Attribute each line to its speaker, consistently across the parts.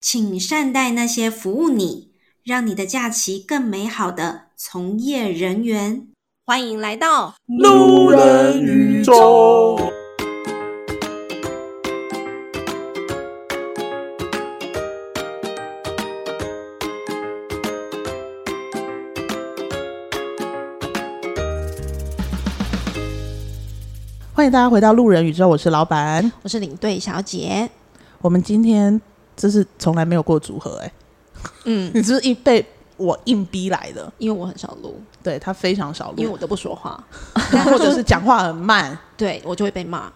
Speaker 1: 请善待那些服务你、让你的假期更美好的从业人员。欢迎来到
Speaker 2: 路人宇宙。欢迎大家回到路人宇宙，我是老板。
Speaker 1: 我是领队小啊姐。
Speaker 2: 我们今天这是从来没有过组合、欸，哎，
Speaker 1: 嗯，
Speaker 2: 你是不是硬被我硬逼来的？
Speaker 1: 因为我很少录，
Speaker 2: 对他非常少
Speaker 1: 因为
Speaker 2: 录，
Speaker 1: 我都不说话，
Speaker 2: 然后或者是讲话很慢。
Speaker 1: 对我就会被骂。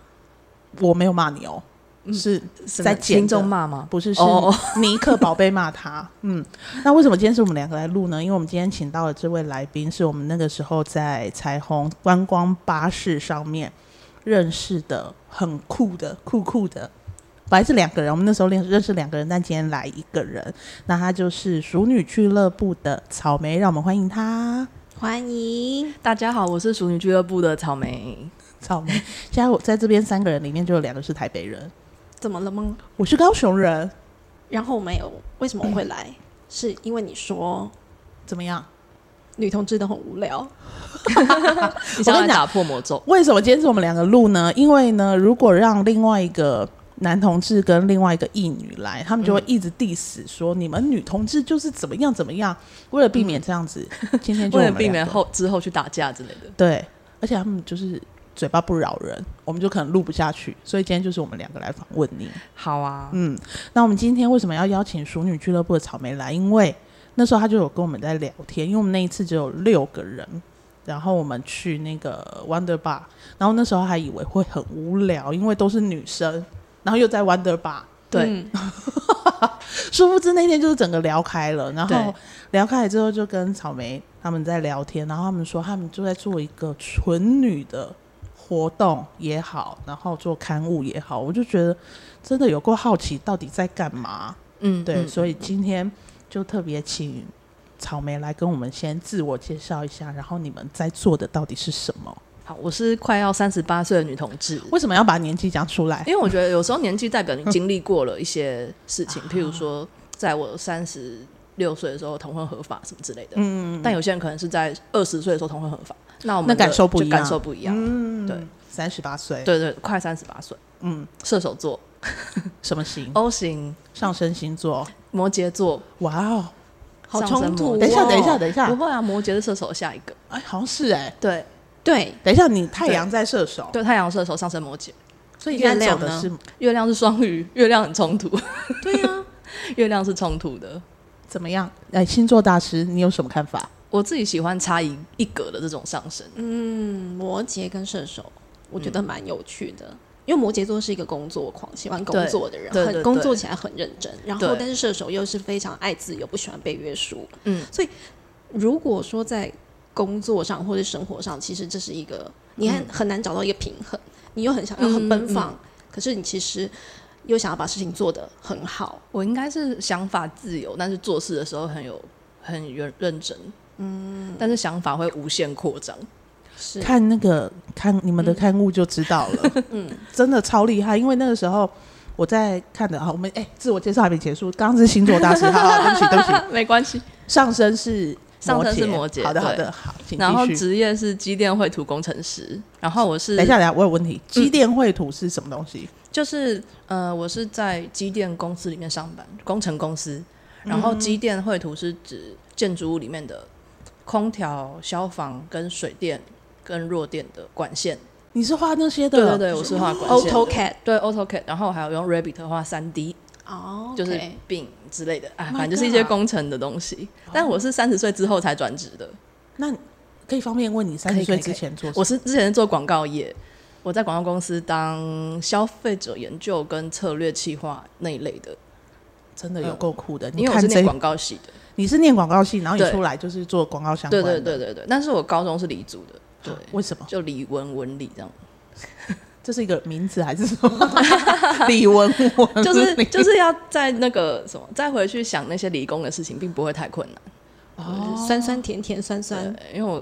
Speaker 2: 我没有骂你哦，
Speaker 1: 嗯
Speaker 2: 是在剪的
Speaker 3: 听众骂吗？
Speaker 2: 不是，是
Speaker 3: 哦
Speaker 2: 尼克宝贝骂他。嗯，那为什么今天是我们两个来录呢？因为我们今天请到的这位来宾是我们那个时候在彩虹观光巴士上面认识的，很酷的，酷酷的。本来是两个人，我们那时候认认识两个人，但今天来一个人。那他就是熟女俱乐部的草莓，让我们欢迎他。
Speaker 1: 欢迎，
Speaker 3: 大家好，我是熟女俱乐部的草莓。
Speaker 2: 草莓， 现在我在这边三个人里面就有两个是台北人，
Speaker 1: 怎么了吗？
Speaker 2: 我是高雄人，
Speaker 1: 然后没有，为什么我会来？是因为你说
Speaker 2: 怎么样？
Speaker 1: 女同志都很无聊，
Speaker 3: 你想要
Speaker 2: 我跟你讲
Speaker 3: 打破魔咒？
Speaker 2: 为什么今天是我们两个录呢？因为呢，如果让另外一个男同志跟另外一个异女来，他们就会一直 diss 说、你们女同志就是怎么样怎么样。为了避免这样子，今天
Speaker 3: 嗯
Speaker 2: 就
Speaker 3: 为
Speaker 2: 我
Speaker 3: 了
Speaker 2: 们
Speaker 3: 避免
Speaker 2: 两个
Speaker 3: 后之后去打架之类的。
Speaker 2: 对，而且他们就是嘴巴不饶人，我们就可能录不下去。所以今天就是我们两个来访问你。
Speaker 3: 好啊，
Speaker 2: 嗯，那我们今天为什么要邀请熟女俱乐部的草莓来？因为那时候他就有跟我们在聊天，因为我们那一次只有六个人，然后我们去那个 Wonder Bar，然后那时候还以为会很无聊，因为都是女生，然后又在 Wonder Bar，
Speaker 3: 对
Speaker 1: 嗯
Speaker 2: 殊不知那天就是整个聊开了，然后
Speaker 3: 对
Speaker 2: 聊开了之后就跟草莓他们在聊天，然后他们说他们就在做一个纯女的活动也好，然后做刊物也好，我就觉得真的有够好奇到底在干嘛。
Speaker 3: 嗯，
Speaker 2: 对，
Speaker 3: 嗯
Speaker 2: 所以今天就特别请草莓来跟我们先自我介绍一下，然后你们在做的到底是什么？
Speaker 3: 好，我是快要三十八岁的女同志。
Speaker 2: 为什么要把年纪讲出 来？
Speaker 3: 因为我觉得有时候年纪代表你经历过了一些事情，譬如说，在我三十六岁的时候同婚合法什么之类的，嗯，但有些人可能是在二十岁的时候同婚合法，那我们
Speaker 2: 那
Speaker 3: 的
Speaker 2: 感受不一
Speaker 3: 就
Speaker 2: 样
Speaker 3: 感受不一样，
Speaker 2: 嗯
Speaker 3: 对，
Speaker 2: 三十八岁，，
Speaker 3: 对对，快三十八岁，
Speaker 2: 嗯，
Speaker 3: 射手座、
Speaker 2: 什么型？
Speaker 3: O 型、
Speaker 2: 上升星座？
Speaker 3: 摩羯座，
Speaker 2: 哇哦！
Speaker 1: 好
Speaker 3: 上升
Speaker 1: 冲突
Speaker 3: 摩羯
Speaker 2: 等一下，
Speaker 1: 哦
Speaker 2: 等一下，等一下
Speaker 3: 不，会啊，摩羯是射手的下一个，
Speaker 2: 哎，好像是哎，
Speaker 3: 对
Speaker 1: 对，
Speaker 2: 等一下，你太阳在射手，
Speaker 3: 对，太阳射手上升摩羯，
Speaker 2: 所以
Speaker 1: 月
Speaker 2: 现在走
Speaker 1: 亮
Speaker 2: 的
Speaker 1: 呢
Speaker 2: 是
Speaker 3: 月亮是双鱼， 月亮很冲突，
Speaker 1: 对啊，
Speaker 3: 月亮是冲突的。
Speaker 2: 怎么样？哎，星座大师，你有什么看法？
Speaker 3: 我自己喜欢差一一格的这种上升，
Speaker 1: 嗯，摩羯跟射手，我觉得
Speaker 3: 嗯
Speaker 1: 蛮有趣的。因为摩羯座是一个工作狂，喜欢工
Speaker 3: 对
Speaker 1: 作的人，
Speaker 3: 对
Speaker 1: 很
Speaker 3: 对
Speaker 1: 工
Speaker 3: 对
Speaker 1: 作起来很认真。然后
Speaker 3: 对，
Speaker 1: 但是射手又是非常爱自由，不喜欢被约束。
Speaker 3: 嗯，
Speaker 1: 所以如果说在工作上或者生活上，其实这是一个你
Speaker 3: 嗯
Speaker 1: 很很难找到一个平衡。你又很想要很奔放，可是你其实又想要把事情做得很好。
Speaker 3: 我应该是想法自由，但是做事的时候很有很认认真，嗯，但是想法会无限扩张，
Speaker 1: 是，
Speaker 2: 看那个看你
Speaker 3: 嗯
Speaker 2: 们的刊物就知道 了，嗯，真的超厉害，因为那个时候我在看的啊，我们哎、自我介绍还没结束，刚刚是星座 大师，好好，对不起对不起，
Speaker 3: 没关系。
Speaker 2: 上身是
Speaker 3: 上身是
Speaker 2: 摩
Speaker 3: 摩羯
Speaker 2: 好的
Speaker 3: 对
Speaker 2: 好的好，请
Speaker 3: 然后
Speaker 2: 继续。
Speaker 3: 职业是机电绘图工程师，然后我是
Speaker 2: 等一下，等一下，我有问
Speaker 3: 嗯
Speaker 2: 题。机电绘图是什么东西？
Speaker 3: 就是呃，我是在机电公司里面上班，工程公司。然后机电绘图是指建筑物里面的空调、消防跟水电跟弱电的管线。
Speaker 2: 你是画那些的？
Speaker 3: 对对对，我是画管线的。
Speaker 1: AutoCAD
Speaker 3: 对 AutoCAD，然后还有用 Revit 画三 D，
Speaker 1: 哦
Speaker 3: 就是
Speaker 1: OK
Speaker 3: 饼之类的，哎，
Speaker 2: My
Speaker 3: 反正就是一些
Speaker 2: God
Speaker 3: 工程的东西。但我是三十岁之后才转职的，
Speaker 2: 那可以方便问你三
Speaker 3: 可
Speaker 2: 十
Speaker 3: 以
Speaker 2: 岁
Speaker 3: 可以
Speaker 2: 之前做什
Speaker 3: 我
Speaker 2: 么？
Speaker 3: 是之前做广告业，我在广告公司当消费者研究跟策略企划那一类的，
Speaker 2: 真的有够酷的。你
Speaker 3: 因为我
Speaker 2: 看
Speaker 3: 是
Speaker 2: 这
Speaker 3: 念，广告系的。
Speaker 2: 你是念广告系，然后你
Speaker 3: 对
Speaker 2: 出来就是做广告相
Speaker 3: 对
Speaker 2: 关
Speaker 3: 对
Speaker 2: 的。
Speaker 3: 对对对，但是我高中是理组的，对，
Speaker 2: 为什么？
Speaker 3: 就理文文理这样，
Speaker 2: 这是一个名字还是什么？ 李文文
Speaker 3: 就是就是要在那个什么，再回去想哦那些理工的事情，并不会太困难。
Speaker 1: 酸酸甜甜酸酸
Speaker 3: 对，因为我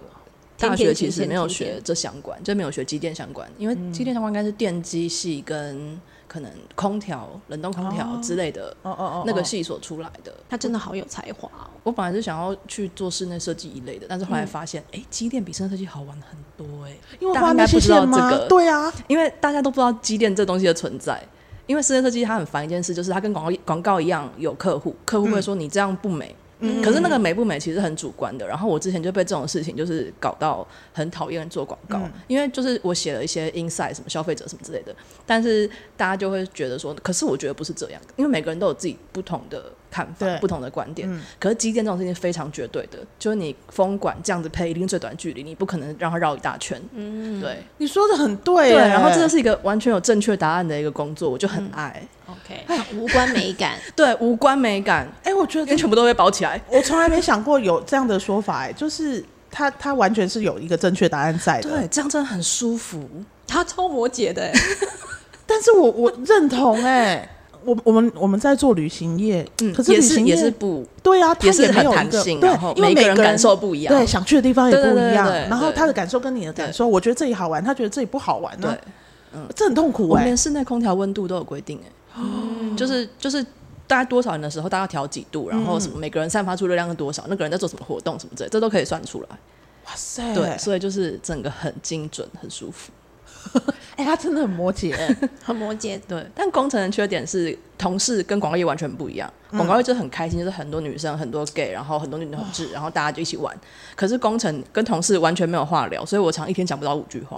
Speaker 3: 大
Speaker 1: 天天
Speaker 3: 学其
Speaker 1: 晴
Speaker 3: 实
Speaker 1: 天
Speaker 3: 没有
Speaker 1: 晴
Speaker 3: 学
Speaker 1: 天
Speaker 3: 这相关，就没有学机电相关，因为
Speaker 2: 嗯
Speaker 3: 机电相关应该是电机系跟可能空调、冷冻空调之类的
Speaker 2: 哦哦哦，
Speaker 3: 那个
Speaker 2: 哦
Speaker 3: 系所出来的。
Speaker 1: 他真的好有才华哦。
Speaker 3: 我本来是想要去做室内设计一类的，但是
Speaker 2: 嗯
Speaker 3: 后来发现，哎、机电比室内设计好玩很多哎、
Speaker 2: 因为
Speaker 3: 大
Speaker 2: 花
Speaker 3: 家应
Speaker 2: 那
Speaker 3: 该
Speaker 2: 些
Speaker 3: 不知道
Speaker 2: 线吗？
Speaker 3: 这个
Speaker 2: 对啊，
Speaker 3: 因为大家都不知道机电这东西的存在。因为室内设计它很烦一件事，就是它跟广告广告一样有客户，客户会说你这样不美。
Speaker 2: 嗯
Speaker 3: 可是那个美不美其实很主观的。然后我之前就被这种事情就是搞到很讨厌做广
Speaker 2: 嗯
Speaker 3: 告，因为就是我写了一些 insight 什么消费者什么之类的，但是大家就会觉得说，可是我觉得不是这样，因为每个人都有自己不同的看
Speaker 2: 对
Speaker 3: 法、不同的观点。
Speaker 2: 嗯
Speaker 3: 可是基建这种事情非常绝对的，就是你风管这样子配一定最短距离，你不可能让它绕一大圈。嗯，对。
Speaker 2: 你说的很对耶，
Speaker 3: 对，然后这就是一个完全有正确答案的一个工作，我就很爱。
Speaker 1: OK，无哎关美感，
Speaker 3: 嗯对，无关美感，
Speaker 2: 哎，我觉得
Speaker 3: 因为全部都被包起来。
Speaker 2: 我从来没想过有这样的说法，哎，就是他他完全是有一个正确答案在的。
Speaker 3: 对，，这样真的很舒服。
Speaker 1: 他超摩羯的欸，
Speaker 2: 但是我我认同哎、我我们我们在做旅行业，
Speaker 3: 嗯，
Speaker 2: 可是
Speaker 3: 也
Speaker 2: 旅
Speaker 3: 是
Speaker 2: 行业
Speaker 3: 也是不
Speaker 2: 对啊，它
Speaker 3: 也是
Speaker 2: 没
Speaker 3: 很
Speaker 2: 有一
Speaker 3: 弹
Speaker 2: 个
Speaker 3: 性，
Speaker 2: 对
Speaker 3: 然后，
Speaker 2: 因为
Speaker 3: 每个
Speaker 2: 每
Speaker 3: 人感受不一样。
Speaker 2: 对想去的地方也不
Speaker 3: 对对
Speaker 2: 一样
Speaker 3: 对对，对
Speaker 2: 然后他的感受跟你的感受，我觉得这里好玩，他觉得这里不好玩呢
Speaker 3: 对，，嗯
Speaker 2: 这很痛苦
Speaker 3: 我们
Speaker 2: 哎、
Speaker 3: 连室内空调温度都有规定哎、就是就是大概多少人的时候，大概调几度，然后什么每个人散发出热量是多少，那个人在做什么活动什么之类，这都可以算出来。
Speaker 2: 哇塞，
Speaker 3: 对，所以就是整个很精准，很舒服。
Speaker 2: 哎、他真的很摩羯、哎
Speaker 1: 很摩羯。
Speaker 3: 对，但工程的缺点是，同事跟广告业完全不一样。广告业就很开心，就是很多女生、很多 gay，然后很多女同志，然后大家就一起玩。可是工程跟同事完全没有话聊，所以我常一天讲不到五句话。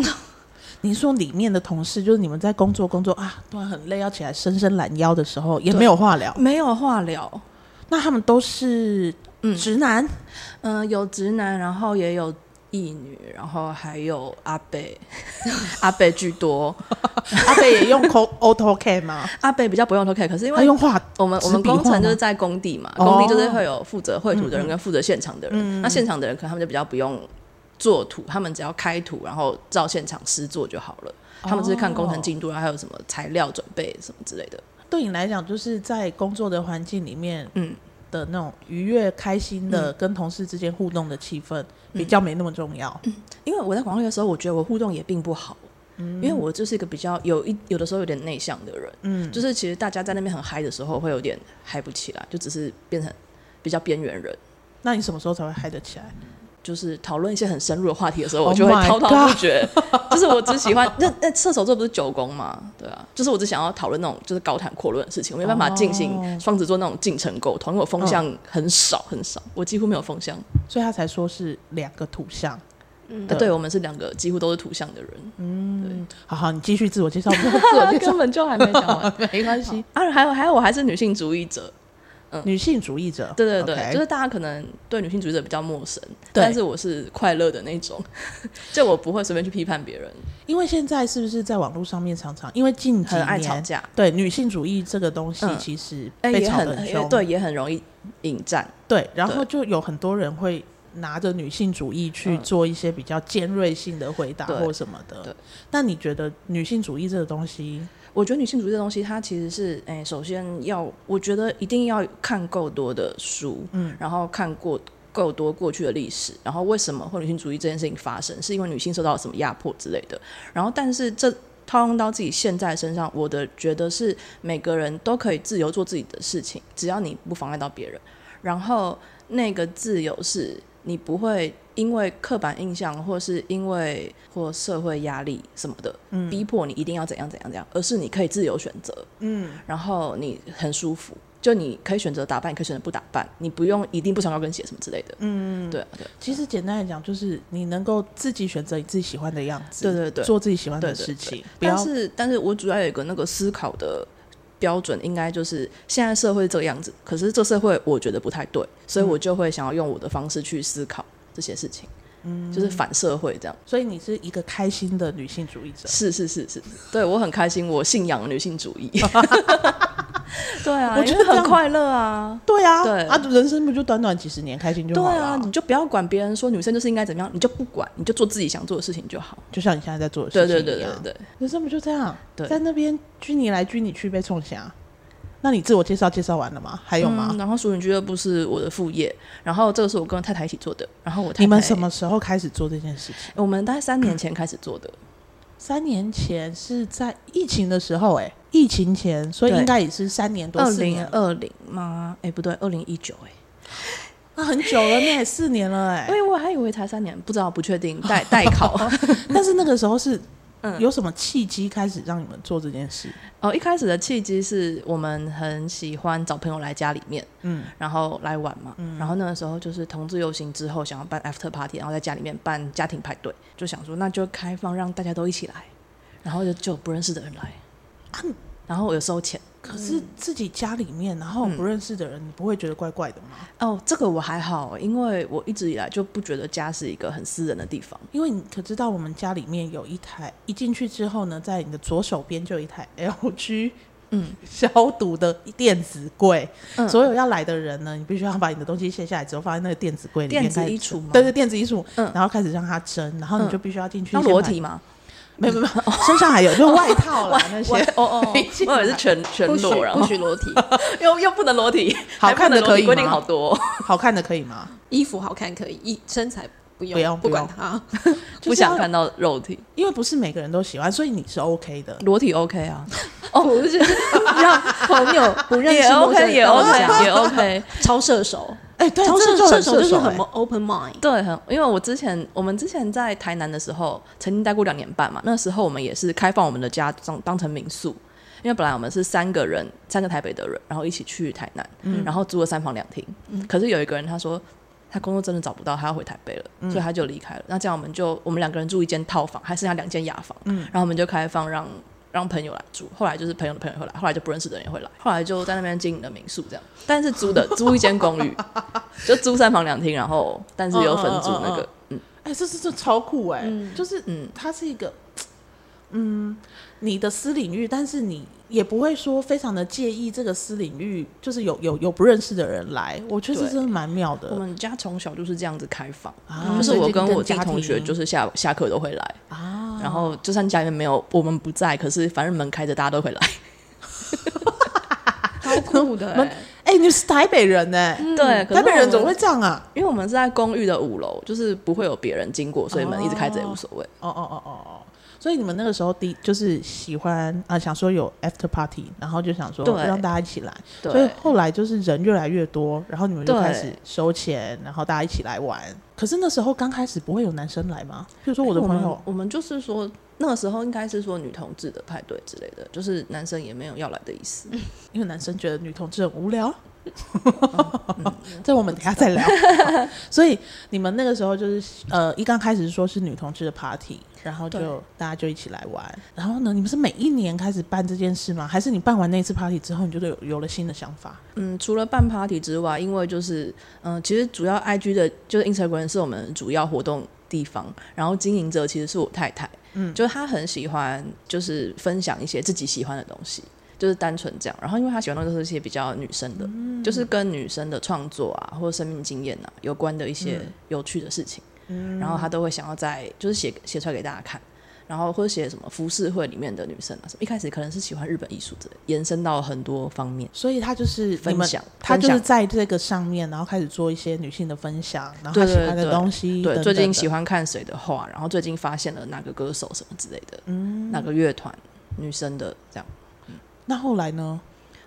Speaker 2: 你说里面的同事，就是你们在工作工作啊，突然很累，要起来伸伸懒腰的时候，也没有话聊。
Speaker 3: 没有话聊，
Speaker 2: 那他们都是
Speaker 3: 嗯
Speaker 2: 直男，
Speaker 3: 嗯、有直男，然后也有异女，然后还有阿贝， 阿贝居多。
Speaker 2: 阿北啊也用 Co- AutoCAD 吗？
Speaker 3: 阿贝比较不用 OK，可是因
Speaker 2: 他
Speaker 3: 为
Speaker 2: 用画
Speaker 3: 我们我
Speaker 2: 纸
Speaker 3: 们
Speaker 2: 笔
Speaker 3: 工
Speaker 2: 画
Speaker 3: 程就
Speaker 2: 吗
Speaker 3: 是在工地嘛，
Speaker 2: 哦嗯
Speaker 3: 工地就是会有负责绘图的人跟负责现场的人。那现场的人可能他们就比较不用做图，他们只要开图，然后照现场施做就好了。他们只是看
Speaker 2: 哦
Speaker 3: 工程进度，然啊后还有什么材料准备什么之类的。
Speaker 2: 对你来讲，就是在工作的环境里面，
Speaker 3: 嗯
Speaker 2: 的那种愉悦、开心的、跟同事之间互动的气氛，比较没那么重要。
Speaker 3: 因为我在广告业的时候，我觉得我互动也并不好，因为我就是一个比较有一有的时候有点内向的人，
Speaker 2: 嗯，
Speaker 3: 就是其实大家在那边很嗨的时候，会有点嗨不起来，就只是变成比较边缘人。
Speaker 2: 那你什么时候才会嗨得起来？
Speaker 3: 就是讨论一些很深入的话题的时候，
Speaker 2: Oh
Speaker 3: 我就会
Speaker 2: my
Speaker 3: 滔滔不绝。 就是我只喜欢那那射手座不是九宫嘛？对啊，就是我只想要讨论那种就是高谈阔论的事情，我没办法进行双子座那种进程沟通，因为我风向很少很少，我几乎没有风向。
Speaker 2: 所以他才说是两个图像。
Speaker 1: 嗯
Speaker 3: 啊、对我们是两个几乎都是土象 的人，
Speaker 2: 好好，你继续自我介 绍，我们自我介绍，
Speaker 3: 根本就还没讲完
Speaker 2: 没关系。
Speaker 3: 啊！还有还有，我还是女性主义者，
Speaker 2: 女性主义者，
Speaker 3: 对对对
Speaker 2: OK
Speaker 3: 就是大家可能对女性主义者比较陌生，
Speaker 2: 对
Speaker 3: 但是我是快乐的那种， 就我不会随便去批判别人，
Speaker 2: 因为现在是不是在网络上面常常，因为近几
Speaker 3: 很
Speaker 2: 年
Speaker 3: 爱吵架，
Speaker 2: 对女性主义这个东西
Speaker 3: 嗯
Speaker 2: 其实
Speaker 3: 哎、
Speaker 2: 被
Speaker 3: 也
Speaker 2: 炒得
Speaker 3: 很
Speaker 2: 很
Speaker 3: 也
Speaker 2: 凶，
Speaker 3: 对，也很容易引战。
Speaker 2: 对，然后
Speaker 3: 对
Speaker 2: 就有很多人会拿着女性主义去
Speaker 3: 嗯
Speaker 2: 做一些比较尖锐性的回答
Speaker 3: 对
Speaker 2: 或什么的
Speaker 3: 嗯对。
Speaker 2: 那你觉得女性主义这个东西，
Speaker 3: 我觉得女性主义这东西，它其实是，哎、首先要，我觉得一定要看够多的书，嗯，然后看过够多过去的历史，然后为什么会女性主义这件事情发生，是因为女性受到了什么压迫之类的。然后，但是这套用到自己现在身上，我的觉得是每个人都可以自由做自己的事情，只要你不妨碍到别人。然后那个自由是你不会因为刻板印象，或是因为或社会压力什么的，逼迫你一定要怎样怎样怎样，而是你可以自由选择，
Speaker 2: 嗯，
Speaker 3: 然后你很舒服，就你可以选择打扮，你可以选择不打扮，你不用一定不穿高跟鞋什么之类的。嗯，对啊，对啊
Speaker 2: 其实简单来讲，就是你能够自己选择你自己喜欢的样子，
Speaker 3: 对对对
Speaker 2: 做自己喜欢的
Speaker 3: 对对
Speaker 2: 事情，不
Speaker 3: 但
Speaker 2: 要
Speaker 3: 是但是我主要有一个那个思考的标准，应该就是现在社会这个样子，可是这社会我觉得不太对，所
Speaker 2: 嗯
Speaker 3: 以我就会想要用我的方式去思考这些事情，嗯，就是反社会这样。
Speaker 2: 所以你是一个开心的女性主义者。
Speaker 3: 是是是是，对我很开心，我信仰女性主义。 对啊，
Speaker 2: 我觉得
Speaker 3: 因为
Speaker 2: 这
Speaker 3: 很
Speaker 2: 样
Speaker 3: 快乐啊。
Speaker 2: 对啊，
Speaker 3: 对
Speaker 2: 啊，人生不就短短几十年，开心就
Speaker 3: 对
Speaker 2: 好了
Speaker 3: 啊，你就不要管别人说女生就是应该怎么样，你就不管，你就做自己想做的事情就好。
Speaker 2: 就像你现在在做的事
Speaker 3: 对
Speaker 2: 情一
Speaker 3: 对
Speaker 2: 样，
Speaker 3: 对对对，
Speaker 2: 人生不就这样？
Speaker 3: 对
Speaker 2: 在那边拘你来拘你去被冲下，那你自我介绍介绍完了吗？还有吗？
Speaker 3: 嗯然后熟人俱乐部是我的副业，然后这个是我跟太太一起做的。然后我太太
Speaker 2: 你们什？么时候开始做这件事情？
Speaker 3: 我们大概三年前开始做 的，
Speaker 2: 三年前是在疫情的时候、欸，哎，疫情前，所以
Speaker 3: 对
Speaker 2: 应该也是三年多，
Speaker 3: 二
Speaker 2: 四
Speaker 3: 零
Speaker 2: 年了，
Speaker 3: 二零吗？哎，不对，二零一九哎。
Speaker 2: 那很久了，那也四年了、 欸，
Speaker 3: 因
Speaker 2: 哎。
Speaker 3: 为我还以为才三年，不知道不确定， 代代考。
Speaker 2: 但是那个时候是
Speaker 3: 嗯
Speaker 2: 有什么契机开始让你们做这件事？
Speaker 3: 哦，一开始的契机是我们很喜欢找朋友来家里面，
Speaker 2: 嗯，
Speaker 3: 然后来玩嘛。然后那个时候就是同志游行之后，想要办 after party，然后在家里面办家庭派对，就想说那就开放让大家都一起来，然后就就不认识的人来，然后我有收钱。
Speaker 2: 啊可是自己家里面，然后不认识的人，你不会觉得怪怪的吗？
Speaker 3: 哦，这个我还好，因为我一直以来就不觉得家是一个很私人的地方。
Speaker 2: 因为你可知道，我们家里面有一台，一进去之后呢，在你的左手边就有一台 LG
Speaker 3: 嗯
Speaker 2: 消毒的电子柜，
Speaker 3: 嗯
Speaker 2: 所有要来的人呢，你必须要把你的东西卸下来之后，放在那个电子柜里面
Speaker 3: 电子
Speaker 2: 开始
Speaker 3: 衣橱吗
Speaker 2: 对对，电子衣橱，
Speaker 3: 嗯
Speaker 2: 然后开始让它蒸，然后你
Speaker 3: 嗯
Speaker 2: 就必须要进去
Speaker 3: 那
Speaker 2: 先
Speaker 3: 裸
Speaker 2: 把
Speaker 3: 体，吗？
Speaker 2: 没 有没有，没有 身上还有就外套啦那
Speaker 3: 我
Speaker 2: 些，
Speaker 3: 哦哦，
Speaker 2: 没 进
Speaker 3: 我以为是
Speaker 2: 来
Speaker 3: 全全
Speaker 1: 不许
Speaker 3: 裸， 然
Speaker 1: 不
Speaker 3: 后
Speaker 1: 许裸体，
Speaker 3: 又又不能裸体，
Speaker 2: 好
Speaker 3: 还不
Speaker 2: 看的
Speaker 3: 能裸体
Speaker 2: 可以
Speaker 3: 规定
Speaker 2: 吗
Speaker 3: 好多哦、
Speaker 2: 好看的可以吗？
Speaker 1: 衣服好看可以，衣身材不用
Speaker 2: 不用不
Speaker 1: 管
Speaker 2: 用
Speaker 1: 它。
Speaker 3: 不想看到肉体，
Speaker 2: 因为不是每个人都喜欢，所以你是 OK 的。
Speaker 3: 裸体 OK 啊，
Speaker 1: 哦，不是让朋友不 认
Speaker 3: 也
Speaker 1: 识陌生
Speaker 3: OK
Speaker 1: 人
Speaker 3: 也
Speaker 1: 哦到
Speaker 3: OK 啊
Speaker 1: 家
Speaker 3: 也 OK，
Speaker 1: 超射手，
Speaker 2: 哎，对，
Speaker 1: 超
Speaker 2: 这
Speaker 1: 射
Speaker 2: 就
Speaker 1: 射
Speaker 2: 很
Speaker 1: 手就是
Speaker 2: 手
Speaker 1: 很
Speaker 2: 哎
Speaker 1: open mind，
Speaker 3: 对，很因为我之前我们之前在台南的时候，曾经待过两年半嘛，那时候我们也是开放我们的家当当成民宿。因为本来我们是三个人，三个台北的人，然后一起去台南，然后租了三房两厅。可是有一个人他说他工作真的找不到，他要回台北了，所以他就离开了。那这样我们就我们两个人住一间套房，还剩下两间雅房，然后我们就开放让让朋友来住。后来就是朋友的朋友会来，后来就不认识的人也会来，后来就在那边经营了民宿这样，但是租的租一间公寓，就租三房两厅，然后但是有分租那个，嗯
Speaker 2: 哎，这这这超酷哎、
Speaker 1: 嗯
Speaker 2: 就是
Speaker 3: 嗯
Speaker 2: 它是一个，嗯，你的私领域，但是你也不会说非常的介意这个私领域，就是有有有不认识的人来，我觉得这
Speaker 3: 对
Speaker 2: 真的蛮妙的
Speaker 3: 我们家从小就是这样子开放，
Speaker 2: 啊。
Speaker 3: 就是
Speaker 2: 所以
Speaker 3: 我跟
Speaker 2: 跟
Speaker 3: 我弟
Speaker 2: 家
Speaker 3: 同学
Speaker 2: 庭
Speaker 3: 就是下下课都会来，
Speaker 2: 啊，
Speaker 3: 然后就算家里面没有我们不在，可是反正门开着，大家都会来。
Speaker 1: 超酷 的欸。
Speaker 2: 哎、你是台北人呢、
Speaker 3: 对，嗯可是
Speaker 2: 台北人
Speaker 3: 我
Speaker 2: 怎么
Speaker 3: 们
Speaker 2: 会这样啊？
Speaker 3: 因为我们是在公寓的五楼，就是不会有别人经过，所以门一直开着也无所谓。
Speaker 2: 哦哦哦哦哦。所以你们那个时候第就是喜欢啊、想说有 after party，然后就想说
Speaker 3: 对
Speaker 2: 让大家一起来，
Speaker 3: 对
Speaker 2: 哦所以后来就是人越来越多，然后你们就
Speaker 3: 对
Speaker 2: 开始收钱，然后大家一起来玩。可是那时候刚开始不会有男生来吗？比如说我的朋友
Speaker 3: 们，我们就是说那个时候应该是说女同志的派对之类的，就是男生也没有要来的意思。
Speaker 2: 因为男生觉得女同志很无聊，
Speaker 3: 嗯
Speaker 2: 这我们等一下再 聊。好所以你们那个时候就是呃，一刚开始说是女同志的 party，然后就
Speaker 3: 对
Speaker 2: 大家就一起来玩。然后呢，你们是每一年开始办这件事吗？还是你办完那次 party 之后，你就有有了新的想法？
Speaker 3: 嗯，除了办 party 之外，因为就是嗯、呃其实主要 IG 的就是 Instagram 是我们主要活动地方，然后经营者其实是我太太，嗯，就是她很喜欢就是分享一些自己喜欢的东西。就是单纯这样，然后因为她喜欢的都是一些比较女生的，就是跟女生的创作啊或者生命经验啊有关的一些有趣的事情，嗯、然后她都会想要在就是写写出来给大家看，然后或者写什么服饰会里面的女生啊什么，一开始可能是喜欢日本艺术之类的，延伸到很多方面。
Speaker 2: 所以他就是你
Speaker 3: 分
Speaker 2: 们
Speaker 3: 享，
Speaker 2: 他
Speaker 3: 分
Speaker 2: 就是
Speaker 3: 享
Speaker 2: 在这个上面，然后开始做一些女性的分享，然后他
Speaker 3: 对
Speaker 2: 喜欢
Speaker 3: 对
Speaker 2: 的
Speaker 3: 对
Speaker 2: 东西
Speaker 3: 对，
Speaker 2: 等
Speaker 3: 最
Speaker 2: 等
Speaker 3: 近
Speaker 2: 的
Speaker 3: 喜欢看谁的画，然后最近发现了哪个歌手什么之类的，哪个乐团，女生的这样。
Speaker 2: 那后来呢？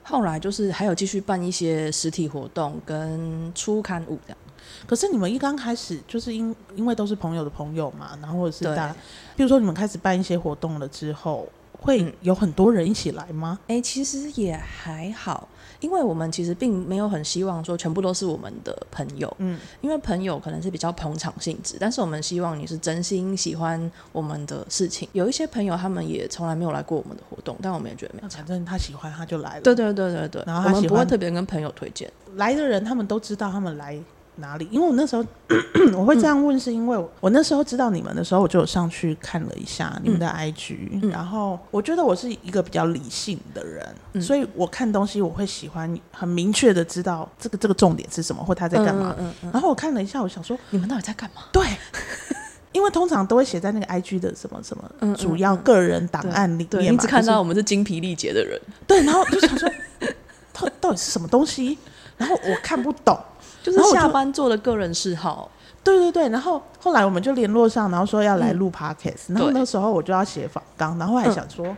Speaker 3: 后来就是还有继续办一些实体活动跟出刊物这样。
Speaker 2: 可是你们一刚开始就是因因为都是朋友的朋友嘛，然后或者是
Speaker 3: 对
Speaker 2: 大，比如说你们开始办一些活动了之后，会
Speaker 3: 嗯
Speaker 2: 有很多人一起来吗？
Speaker 3: 哎、其实也还好，因为我们其实并没有很希望说全部都是我们的朋友，
Speaker 2: 嗯，
Speaker 3: 因为朋友可能是比较捧场性质，但是我们希望你是真心喜欢我们的事情。有一些朋友他们也从来没有来过我们的活动，但我们也觉得没
Speaker 2: 那
Speaker 3: 差
Speaker 2: 反。正他喜欢他就来了。
Speaker 3: 对对对对对，
Speaker 2: 然后他
Speaker 3: 我们
Speaker 2: 喜
Speaker 3: 不会
Speaker 2: 欢
Speaker 3: 特别跟朋友推荐。
Speaker 2: 来的人他们都知道他们来哪里，因为我那时候 我会这样问，是因为我我那时候知道你们的时候，我就有上去看了一下你们的 IG，、
Speaker 3: 嗯
Speaker 2: 然后我觉得我是一个比较理性的人，
Speaker 3: 嗯
Speaker 2: 所以我看东西我会喜欢很明确的知道这个这个重点是什么或他在干嘛。
Speaker 3: 嗯嗯嗯
Speaker 2: 然后我看了一下，我想说，
Speaker 3: 你们到底在干嘛？
Speaker 2: 对。 因为通常都会写在那个 IG 的什么什么
Speaker 3: 嗯
Speaker 2: 主要个人档案里
Speaker 3: 对，
Speaker 2: 面
Speaker 3: 你
Speaker 2: 嘛，
Speaker 3: 只看
Speaker 2: 就是
Speaker 3: 到我们是精疲力竭的人，
Speaker 2: 对，然后我就想说， 到到底是什么东西？然后我看不懂。
Speaker 3: 就是
Speaker 2: 然后我就
Speaker 3: 下班做的个人嗜好，
Speaker 2: 对对对，然后后来我们就联络上，然后说要来录 podcast，、然
Speaker 3: 嗯
Speaker 2: 后
Speaker 3: 对嗯
Speaker 2: 那时候我就要写访纲，然后还想说、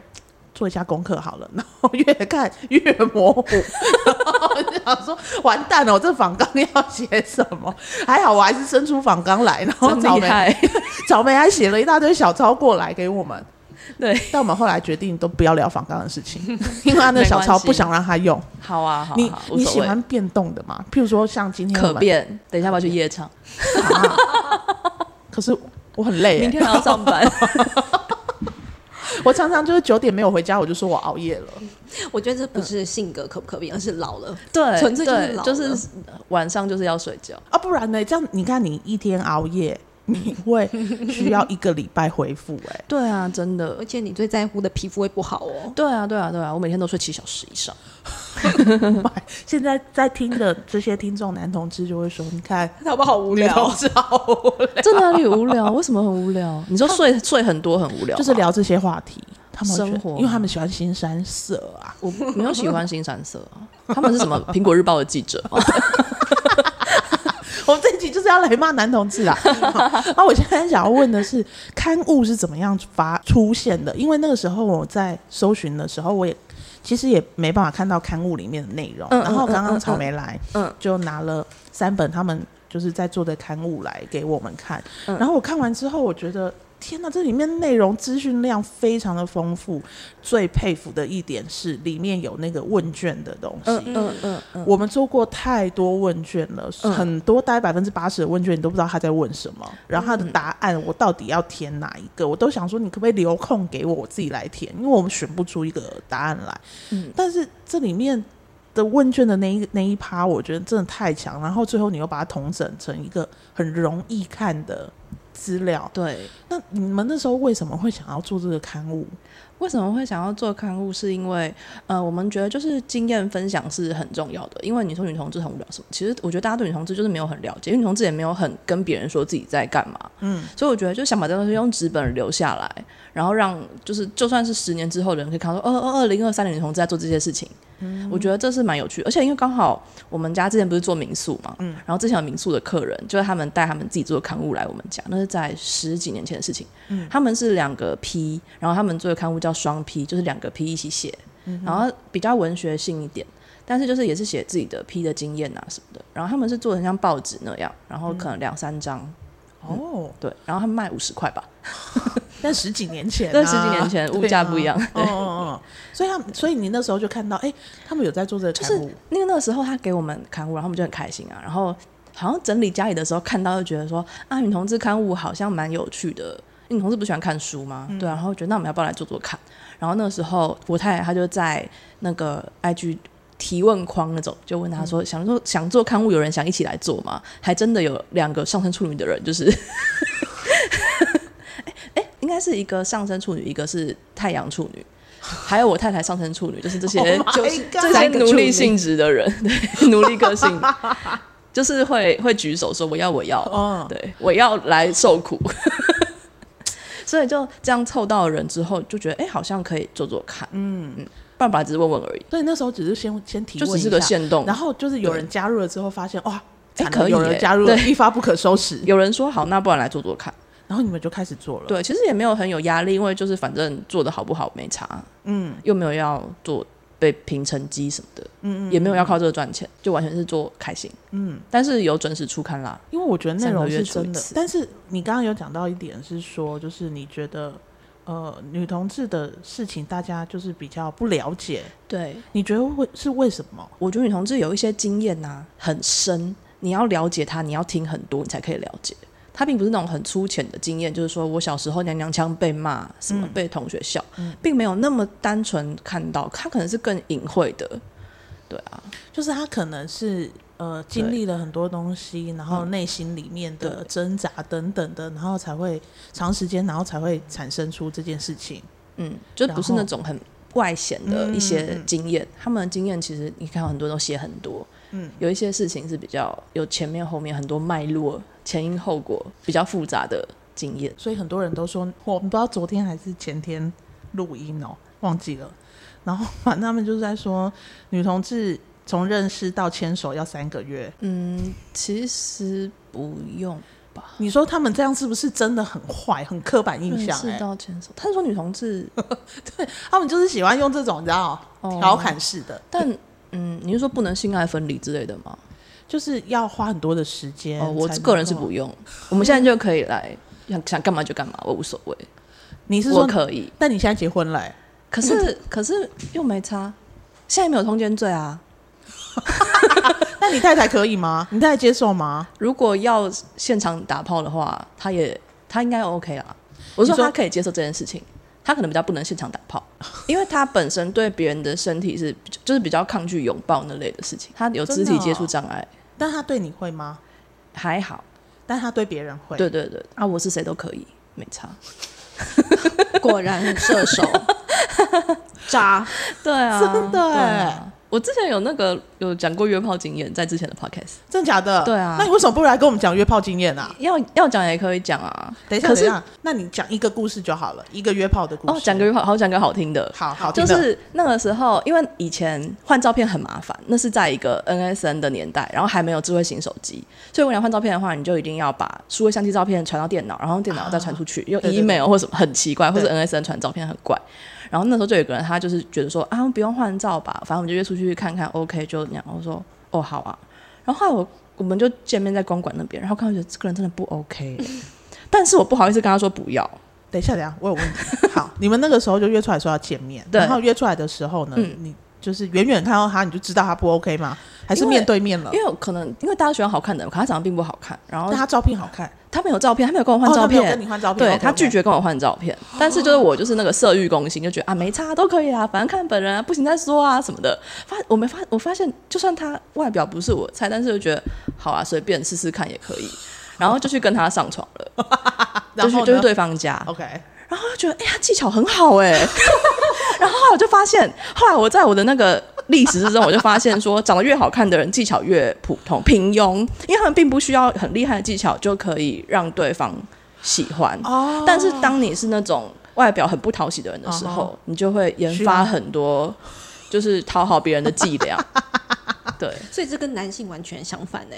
Speaker 2: 做一下功课好了，然 后越看越模糊， 然后就想说完蛋了，我这访纲要写什么？还好我还是生出访纲来，然后
Speaker 3: 真
Speaker 2: 草
Speaker 3: 哦厉
Speaker 2: 莓
Speaker 3: 害。
Speaker 2: 草莓还写了一大堆小抄过来给我们，
Speaker 3: 对，
Speaker 2: 但我们后来决定都不要聊访纲的 事情，因为他那个小
Speaker 3: 没
Speaker 2: 抄
Speaker 3: 关系
Speaker 2: 不想让他用。
Speaker 3: 好啊，好啊
Speaker 2: 你
Speaker 3: 好啊无
Speaker 2: 你
Speaker 3: 所
Speaker 2: 喜
Speaker 3: 谓
Speaker 2: 欢变动的吗？譬如说像今天我
Speaker 3: 可
Speaker 2: 们
Speaker 3: 变？等一下我要去夜场，
Speaker 2: 啊，可是我很累、欸，
Speaker 3: 明天还要上班。
Speaker 2: 我常常就是九点没有回家，我就说我熬夜了。
Speaker 1: 我觉得这不是性格可不可变，而是老了。
Speaker 3: 对，
Speaker 1: 纯粹就是
Speaker 3: 对
Speaker 1: 老
Speaker 3: 就是
Speaker 1: 了
Speaker 3: 晚上就是要睡觉。
Speaker 2: 啊，不然呢？这样你看，你一天熬夜，你会需要一个礼拜恢复、哎，
Speaker 3: 对啊，真的
Speaker 1: 而。且你最在乎的皮肤会不好哦。
Speaker 3: 对啊，对啊，对啊，我每天都睡七小时以上。
Speaker 2: 现在在听的这些听众男同志就会说，你看
Speaker 1: 他不好无
Speaker 2: 女同志好无聊，
Speaker 3: 这哪里无聊？为什啊么很无聊？你说睡睡很多很无聊吗，啊
Speaker 2: 就是聊这些话题。他们会觉得
Speaker 3: 生活
Speaker 2: 因为他们喜欢新山色啊，
Speaker 3: 我没有喜欢新三色啊，他们是什 么《苹果日报》的记者吗？
Speaker 2: 我们这一集就是要来骂男同志 啊。那我现在想要问的是，刊物是怎么样发出现的？因为那个时候我在搜寻的时候，我也其实也没办法看到刊物里面的内容。
Speaker 3: 嗯嗯
Speaker 2: 然后刚
Speaker 3: 嗯
Speaker 2: 刚
Speaker 3: 嗯
Speaker 2: 草莓来，
Speaker 3: 嗯
Speaker 2: 就拿了三本他们就是在做的刊物来给我们看。
Speaker 3: 嗯
Speaker 2: 然后我看完之后，我觉得。天呐，这里面内容资讯量非常的丰富。最佩服的一点是，里面有那个问卷的东西。
Speaker 3: 嗯嗯嗯，
Speaker 2: 我们做过太多问卷了，
Speaker 3: 嗯
Speaker 2: 很多大概百分之八十的问卷你都不知道他在问什么，然后他的答案我到底要填哪一个，我都想说你可不可以留空给我，我自己来填，因为我们选不出一个答案来。
Speaker 3: 嗯
Speaker 2: 但是这里面的问卷的那一那一趴，我觉得真的太强，然后最后你又把它统整成一个很容易看的资料。
Speaker 3: 对。
Speaker 2: 那你们那时候为什么会想要做这个刊物？
Speaker 3: 为什么会想要做刊物？是因为呃，我们觉得就是经验分享是很重要的。因为你说女同志很无聊什么，其实我觉得大家对女同志就是没有很了解，因为女同志也没有很跟别人说自己在干嘛。
Speaker 2: 嗯，
Speaker 3: 所以我觉得就想把这个东西用纸本留下来，然后让就是就算是十年之后的人可以看到说，哦哦，二零二三年女同志在做这些事情。
Speaker 2: 嗯
Speaker 3: 我觉得这是蛮有趣的，而且因为刚好我们家之前不是做民宿嘛，
Speaker 2: 嗯
Speaker 3: 然后之前有民宿的客人，就是他们带他们自己做的刊物来我们家，那是在十几年前的事情。他们是两个 P，然后他们做的刊物叫双 P，就是两个 P 一起写，然后比较文学性一点，但是就是也是写自己的 P 的经验啊什么的。然后他们是做成像报纸那样，然后可能两三张，嗯
Speaker 2: 哦，
Speaker 3: 对，然后他们卖五十块吧，
Speaker 2: 但十几年前、啊，
Speaker 3: 但十几年前物价不一样
Speaker 2: 对啊嗯嗯嗯，所以他们，所以你那时候就看到，哎、他们有在做这个哦
Speaker 3: 就
Speaker 2: 刊
Speaker 3: 是
Speaker 2: 物，
Speaker 3: 那个那个时候他给我们刊物，然后我们就很开心啊，然后好像整理家里的时候看到，就觉得说啊，女同志刊物好像蛮有趣的。因为女同志不喜欢看书吗？对啊，然后觉得那我们要不要来做做看？然后那个时候国泰他就在那个 IG 提问框那种，就问他说、想做想做刊物，有人想一起来做吗？还真的有两个上升处女的人，就是 哎、哎，应该是一个上升处女， 一个是太阳处女。还有我太太上升处女，就是这些
Speaker 2: Oh my
Speaker 3: 就是
Speaker 2: God
Speaker 3: 这些奴隶性质的人， 对奴隶个性，就是会会举手说我要我要，
Speaker 2: 哦
Speaker 3: 对我要来受苦， 所以就这样凑到人之后，就觉得哎、好像可以做做看，嗯爸爸只是问问而已，
Speaker 2: 所以那时候只是先先提
Speaker 3: 就
Speaker 2: 问
Speaker 3: 只
Speaker 2: 一
Speaker 3: 是个
Speaker 2: 下
Speaker 3: 限动。
Speaker 2: 然后就是有人加入了之后，发现哇，
Speaker 3: 哎
Speaker 2: 惨了
Speaker 3: 可以
Speaker 2: 有人
Speaker 3: 耶
Speaker 2: 加入了，
Speaker 3: 对
Speaker 2: 一发不可收拾，
Speaker 3: 有人说好，那不然来做做看。
Speaker 2: 然后你们就开始做了，，
Speaker 3: 对，其实也没有很有压力，因为就是反正做的好不好没差，
Speaker 2: 嗯，
Speaker 3: 又没有要做被评成绩什么的，
Speaker 2: 嗯
Speaker 3: 也没有要靠这个赚钱，就完全是做开心。
Speaker 2: 嗯，
Speaker 3: 但是有准时出刊啦，
Speaker 2: 因为我觉得内容是
Speaker 3: 三个月
Speaker 2: 真
Speaker 3: 出
Speaker 2: 的
Speaker 3: 一次，
Speaker 2: 但是你刚刚有讲到一点是说，就是你觉得。呃，女同志的事情大家就是比较不了解，
Speaker 3: 对，
Speaker 2: 你觉得会是为什么？
Speaker 3: 我觉得女同志有一些经验呐、很深，你要了解她，你要听很多，你才可以了解。她并不是那种很粗浅的经验，就是说我小时候娘娘腔被骂，什么被同学笑，并没有那么单纯看到，她可能是更隐晦的。对啊，
Speaker 2: 就是他可能是呃经历了很多东西，然后内心里面的
Speaker 3: 嗯对
Speaker 2: 挣扎等等的，然后才会长时间，然后才会产生出这件事情。
Speaker 3: 嗯，就不是
Speaker 2: 然
Speaker 3: 那
Speaker 2: 后
Speaker 3: 种很外显的一
Speaker 2: 嗯
Speaker 3: 些
Speaker 2: 嗯嗯
Speaker 3: 经验，他们的经验其实你看很多都写很多，
Speaker 2: 嗯，
Speaker 3: 有一些事情是比较有前面后面很多脉络、前因后果比较复杂的经验。
Speaker 2: 所以很多人都说，我们不知道昨天还是前天录音哦，忘记了。然后反正他们就是在说，女同志从认识到牵手要三个月。
Speaker 3: 嗯，其实不用
Speaker 2: 你说他们这样是不是真的很坏、很刻板印
Speaker 3: 认
Speaker 2: 象、
Speaker 3: 识
Speaker 2: 欸？
Speaker 3: 到牵手。他说女同志
Speaker 2: 他们就是喜欢用这种你知道
Speaker 3: 哦
Speaker 2: 调侃式的，
Speaker 3: 但嗯，你是说不能性爱分离之类的吗？
Speaker 2: 就是要花很多的时间才
Speaker 3: 哦，
Speaker 2: 能够。
Speaker 3: 我个人是不用，我们现在就可以来，想想干嘛就干嘛，我无所谓，
Speaker 2: 你是
Speaker 3: 我
Speaker 2: 说？
Speaker 3: 可以。
Speaker 2: 但你现在结婚了欸、
Speaker 3: 可是可是又没差，现在没有通奸罪啊。
Speaker 2: 那你太太可 以吗？你太太接受吗？
Speaker 3: 如果要现场打炮的话，他也他应该 OK 啦。我
Speaker 2: 你
Speaker 3: 说
Speaker 2: 说
Speaker 3: 他可以接受这件事情，他可能比较不能现场打 炮，因为他本身对别人的身体是就是比较抗拒拥抱那类的事情，他有肢
Speaker 2: 真
Speaker 3: 体
Speaker 2: 的哦
Speaker 3: 接触障碍，
Speaker 2: 但他对你会吗？
Speaker 3: 还好。
Speaker 2: 但他对别人会。
Speaker 3: 对对对，啊，我是谁都可以，没差。
Speaker 1: 果然射 手渣，
Speaker 3: 对啊，
Speaker 2: 真的
Speaker 3: 对
Speaker 2: 欸
Speaker 3: 啊我之前有那个有讲过约炮经验，在之前的 podcast，
Speaker 2: 真假的？
Speaker 3: 对啊
Speaker 2: 那你为什么不来跟我们讲约炮经验啊？
Speaker 3: 要要讲也可以讲啊。
Speaker 2: 等一下，
Speaker 3: 可
Speaker 2: 等
Speaker 3: 是
Speaker 2: 一下，那你讲一个故事就好了，一个约炮的故事。
Speaker 3: 哦，讲个约炮，好讲个好听的。
Speaker 2: 好好听
Speaker 3: 就
Speaker 2: 的，
Speaker 3: 是那个时候，因为以前换照片很麻烦，那是在一个 NSN 的年代，然后还没有智慧型手机，所以如果你要换照片的话，你就一定要把数位相机照片传到电脑，然后电脑再传出去，用
Speaker 2: 啊对对对
Speaker 3: email 或什么很奇怪，或者
Speaker 2: 对
Speaker 3: NSN 传照片很怪。然后那时候就有一个人，他就是觉得说啊，不用换照吧，反正我们就约出去看看，OK 就那样。我说哦，好啊。然后后来我我们就见面在公馆那边，然后看到觉得这个人真的不 OK，但是我不好意思跟他说不要，
Speaker 2: 等一下，等一下，我有问题。好，你们那个时候就约出来说要见面，
Speaker 3: 对
Speaker 2: 然后约出来的时候呢，
Speaker 3: 嗯
Speaker 2: 你就是远远看到他，你就知道他不 OK 吗？还是
Speaker 3: 因为
Speaker 2: 面对面了？
Speaker 3: 因为可能因为大家喜欢好看的人，可他长得并不好看，然后
Speaker 2: 但他照片好看，
Speaker 3: 他没有照片，他没有跟我换
Speaker 2: 哦
Speaker 3: 照
Speaker 2: 他没有
Speaker 3: 片，
Speaker 2: 跟你换照片，哦
Speaker 3: 对
Speaker 2: OK，
Speaker 3: 他
Speaker 2: OK
Speaker 3: 拒。绝跟我换照片，但是就是我就是那个色欲攻心，就觉得啊没差都可以啊，反正看本人啊，不行再说啊什么的。发我没发我发现，就算他外表不是我菜，但是就觉得好啊，随便试试看也可以。然后就去跟他上床了，就
Speaker 2: 然
Speaker 3: 去
Speaker 2: 后
Speaker 3: 就
Speaker 2: 呢
Speaker 3: 去对方家，
Speaker 2: OK，
Speaker 3: 然后就觉得哎、他技巧很好哎、 然后后来我就发现，后来我在我的那个历史之中，我就发现说，长得越好看的人技巧越普通平庸，因为他们并不需要很厉害的技巧就可以让对方喜欢。
Speaker 2: 哦
Speaker 3: 但是当你是那种外表很不讨喜的人的时候，
Speaker 2: 哦
Speaker 3: 你就会研发很多就是讨好别人的伎 俩。对，
Speaker 1: 所以这跟男性完全相反哎、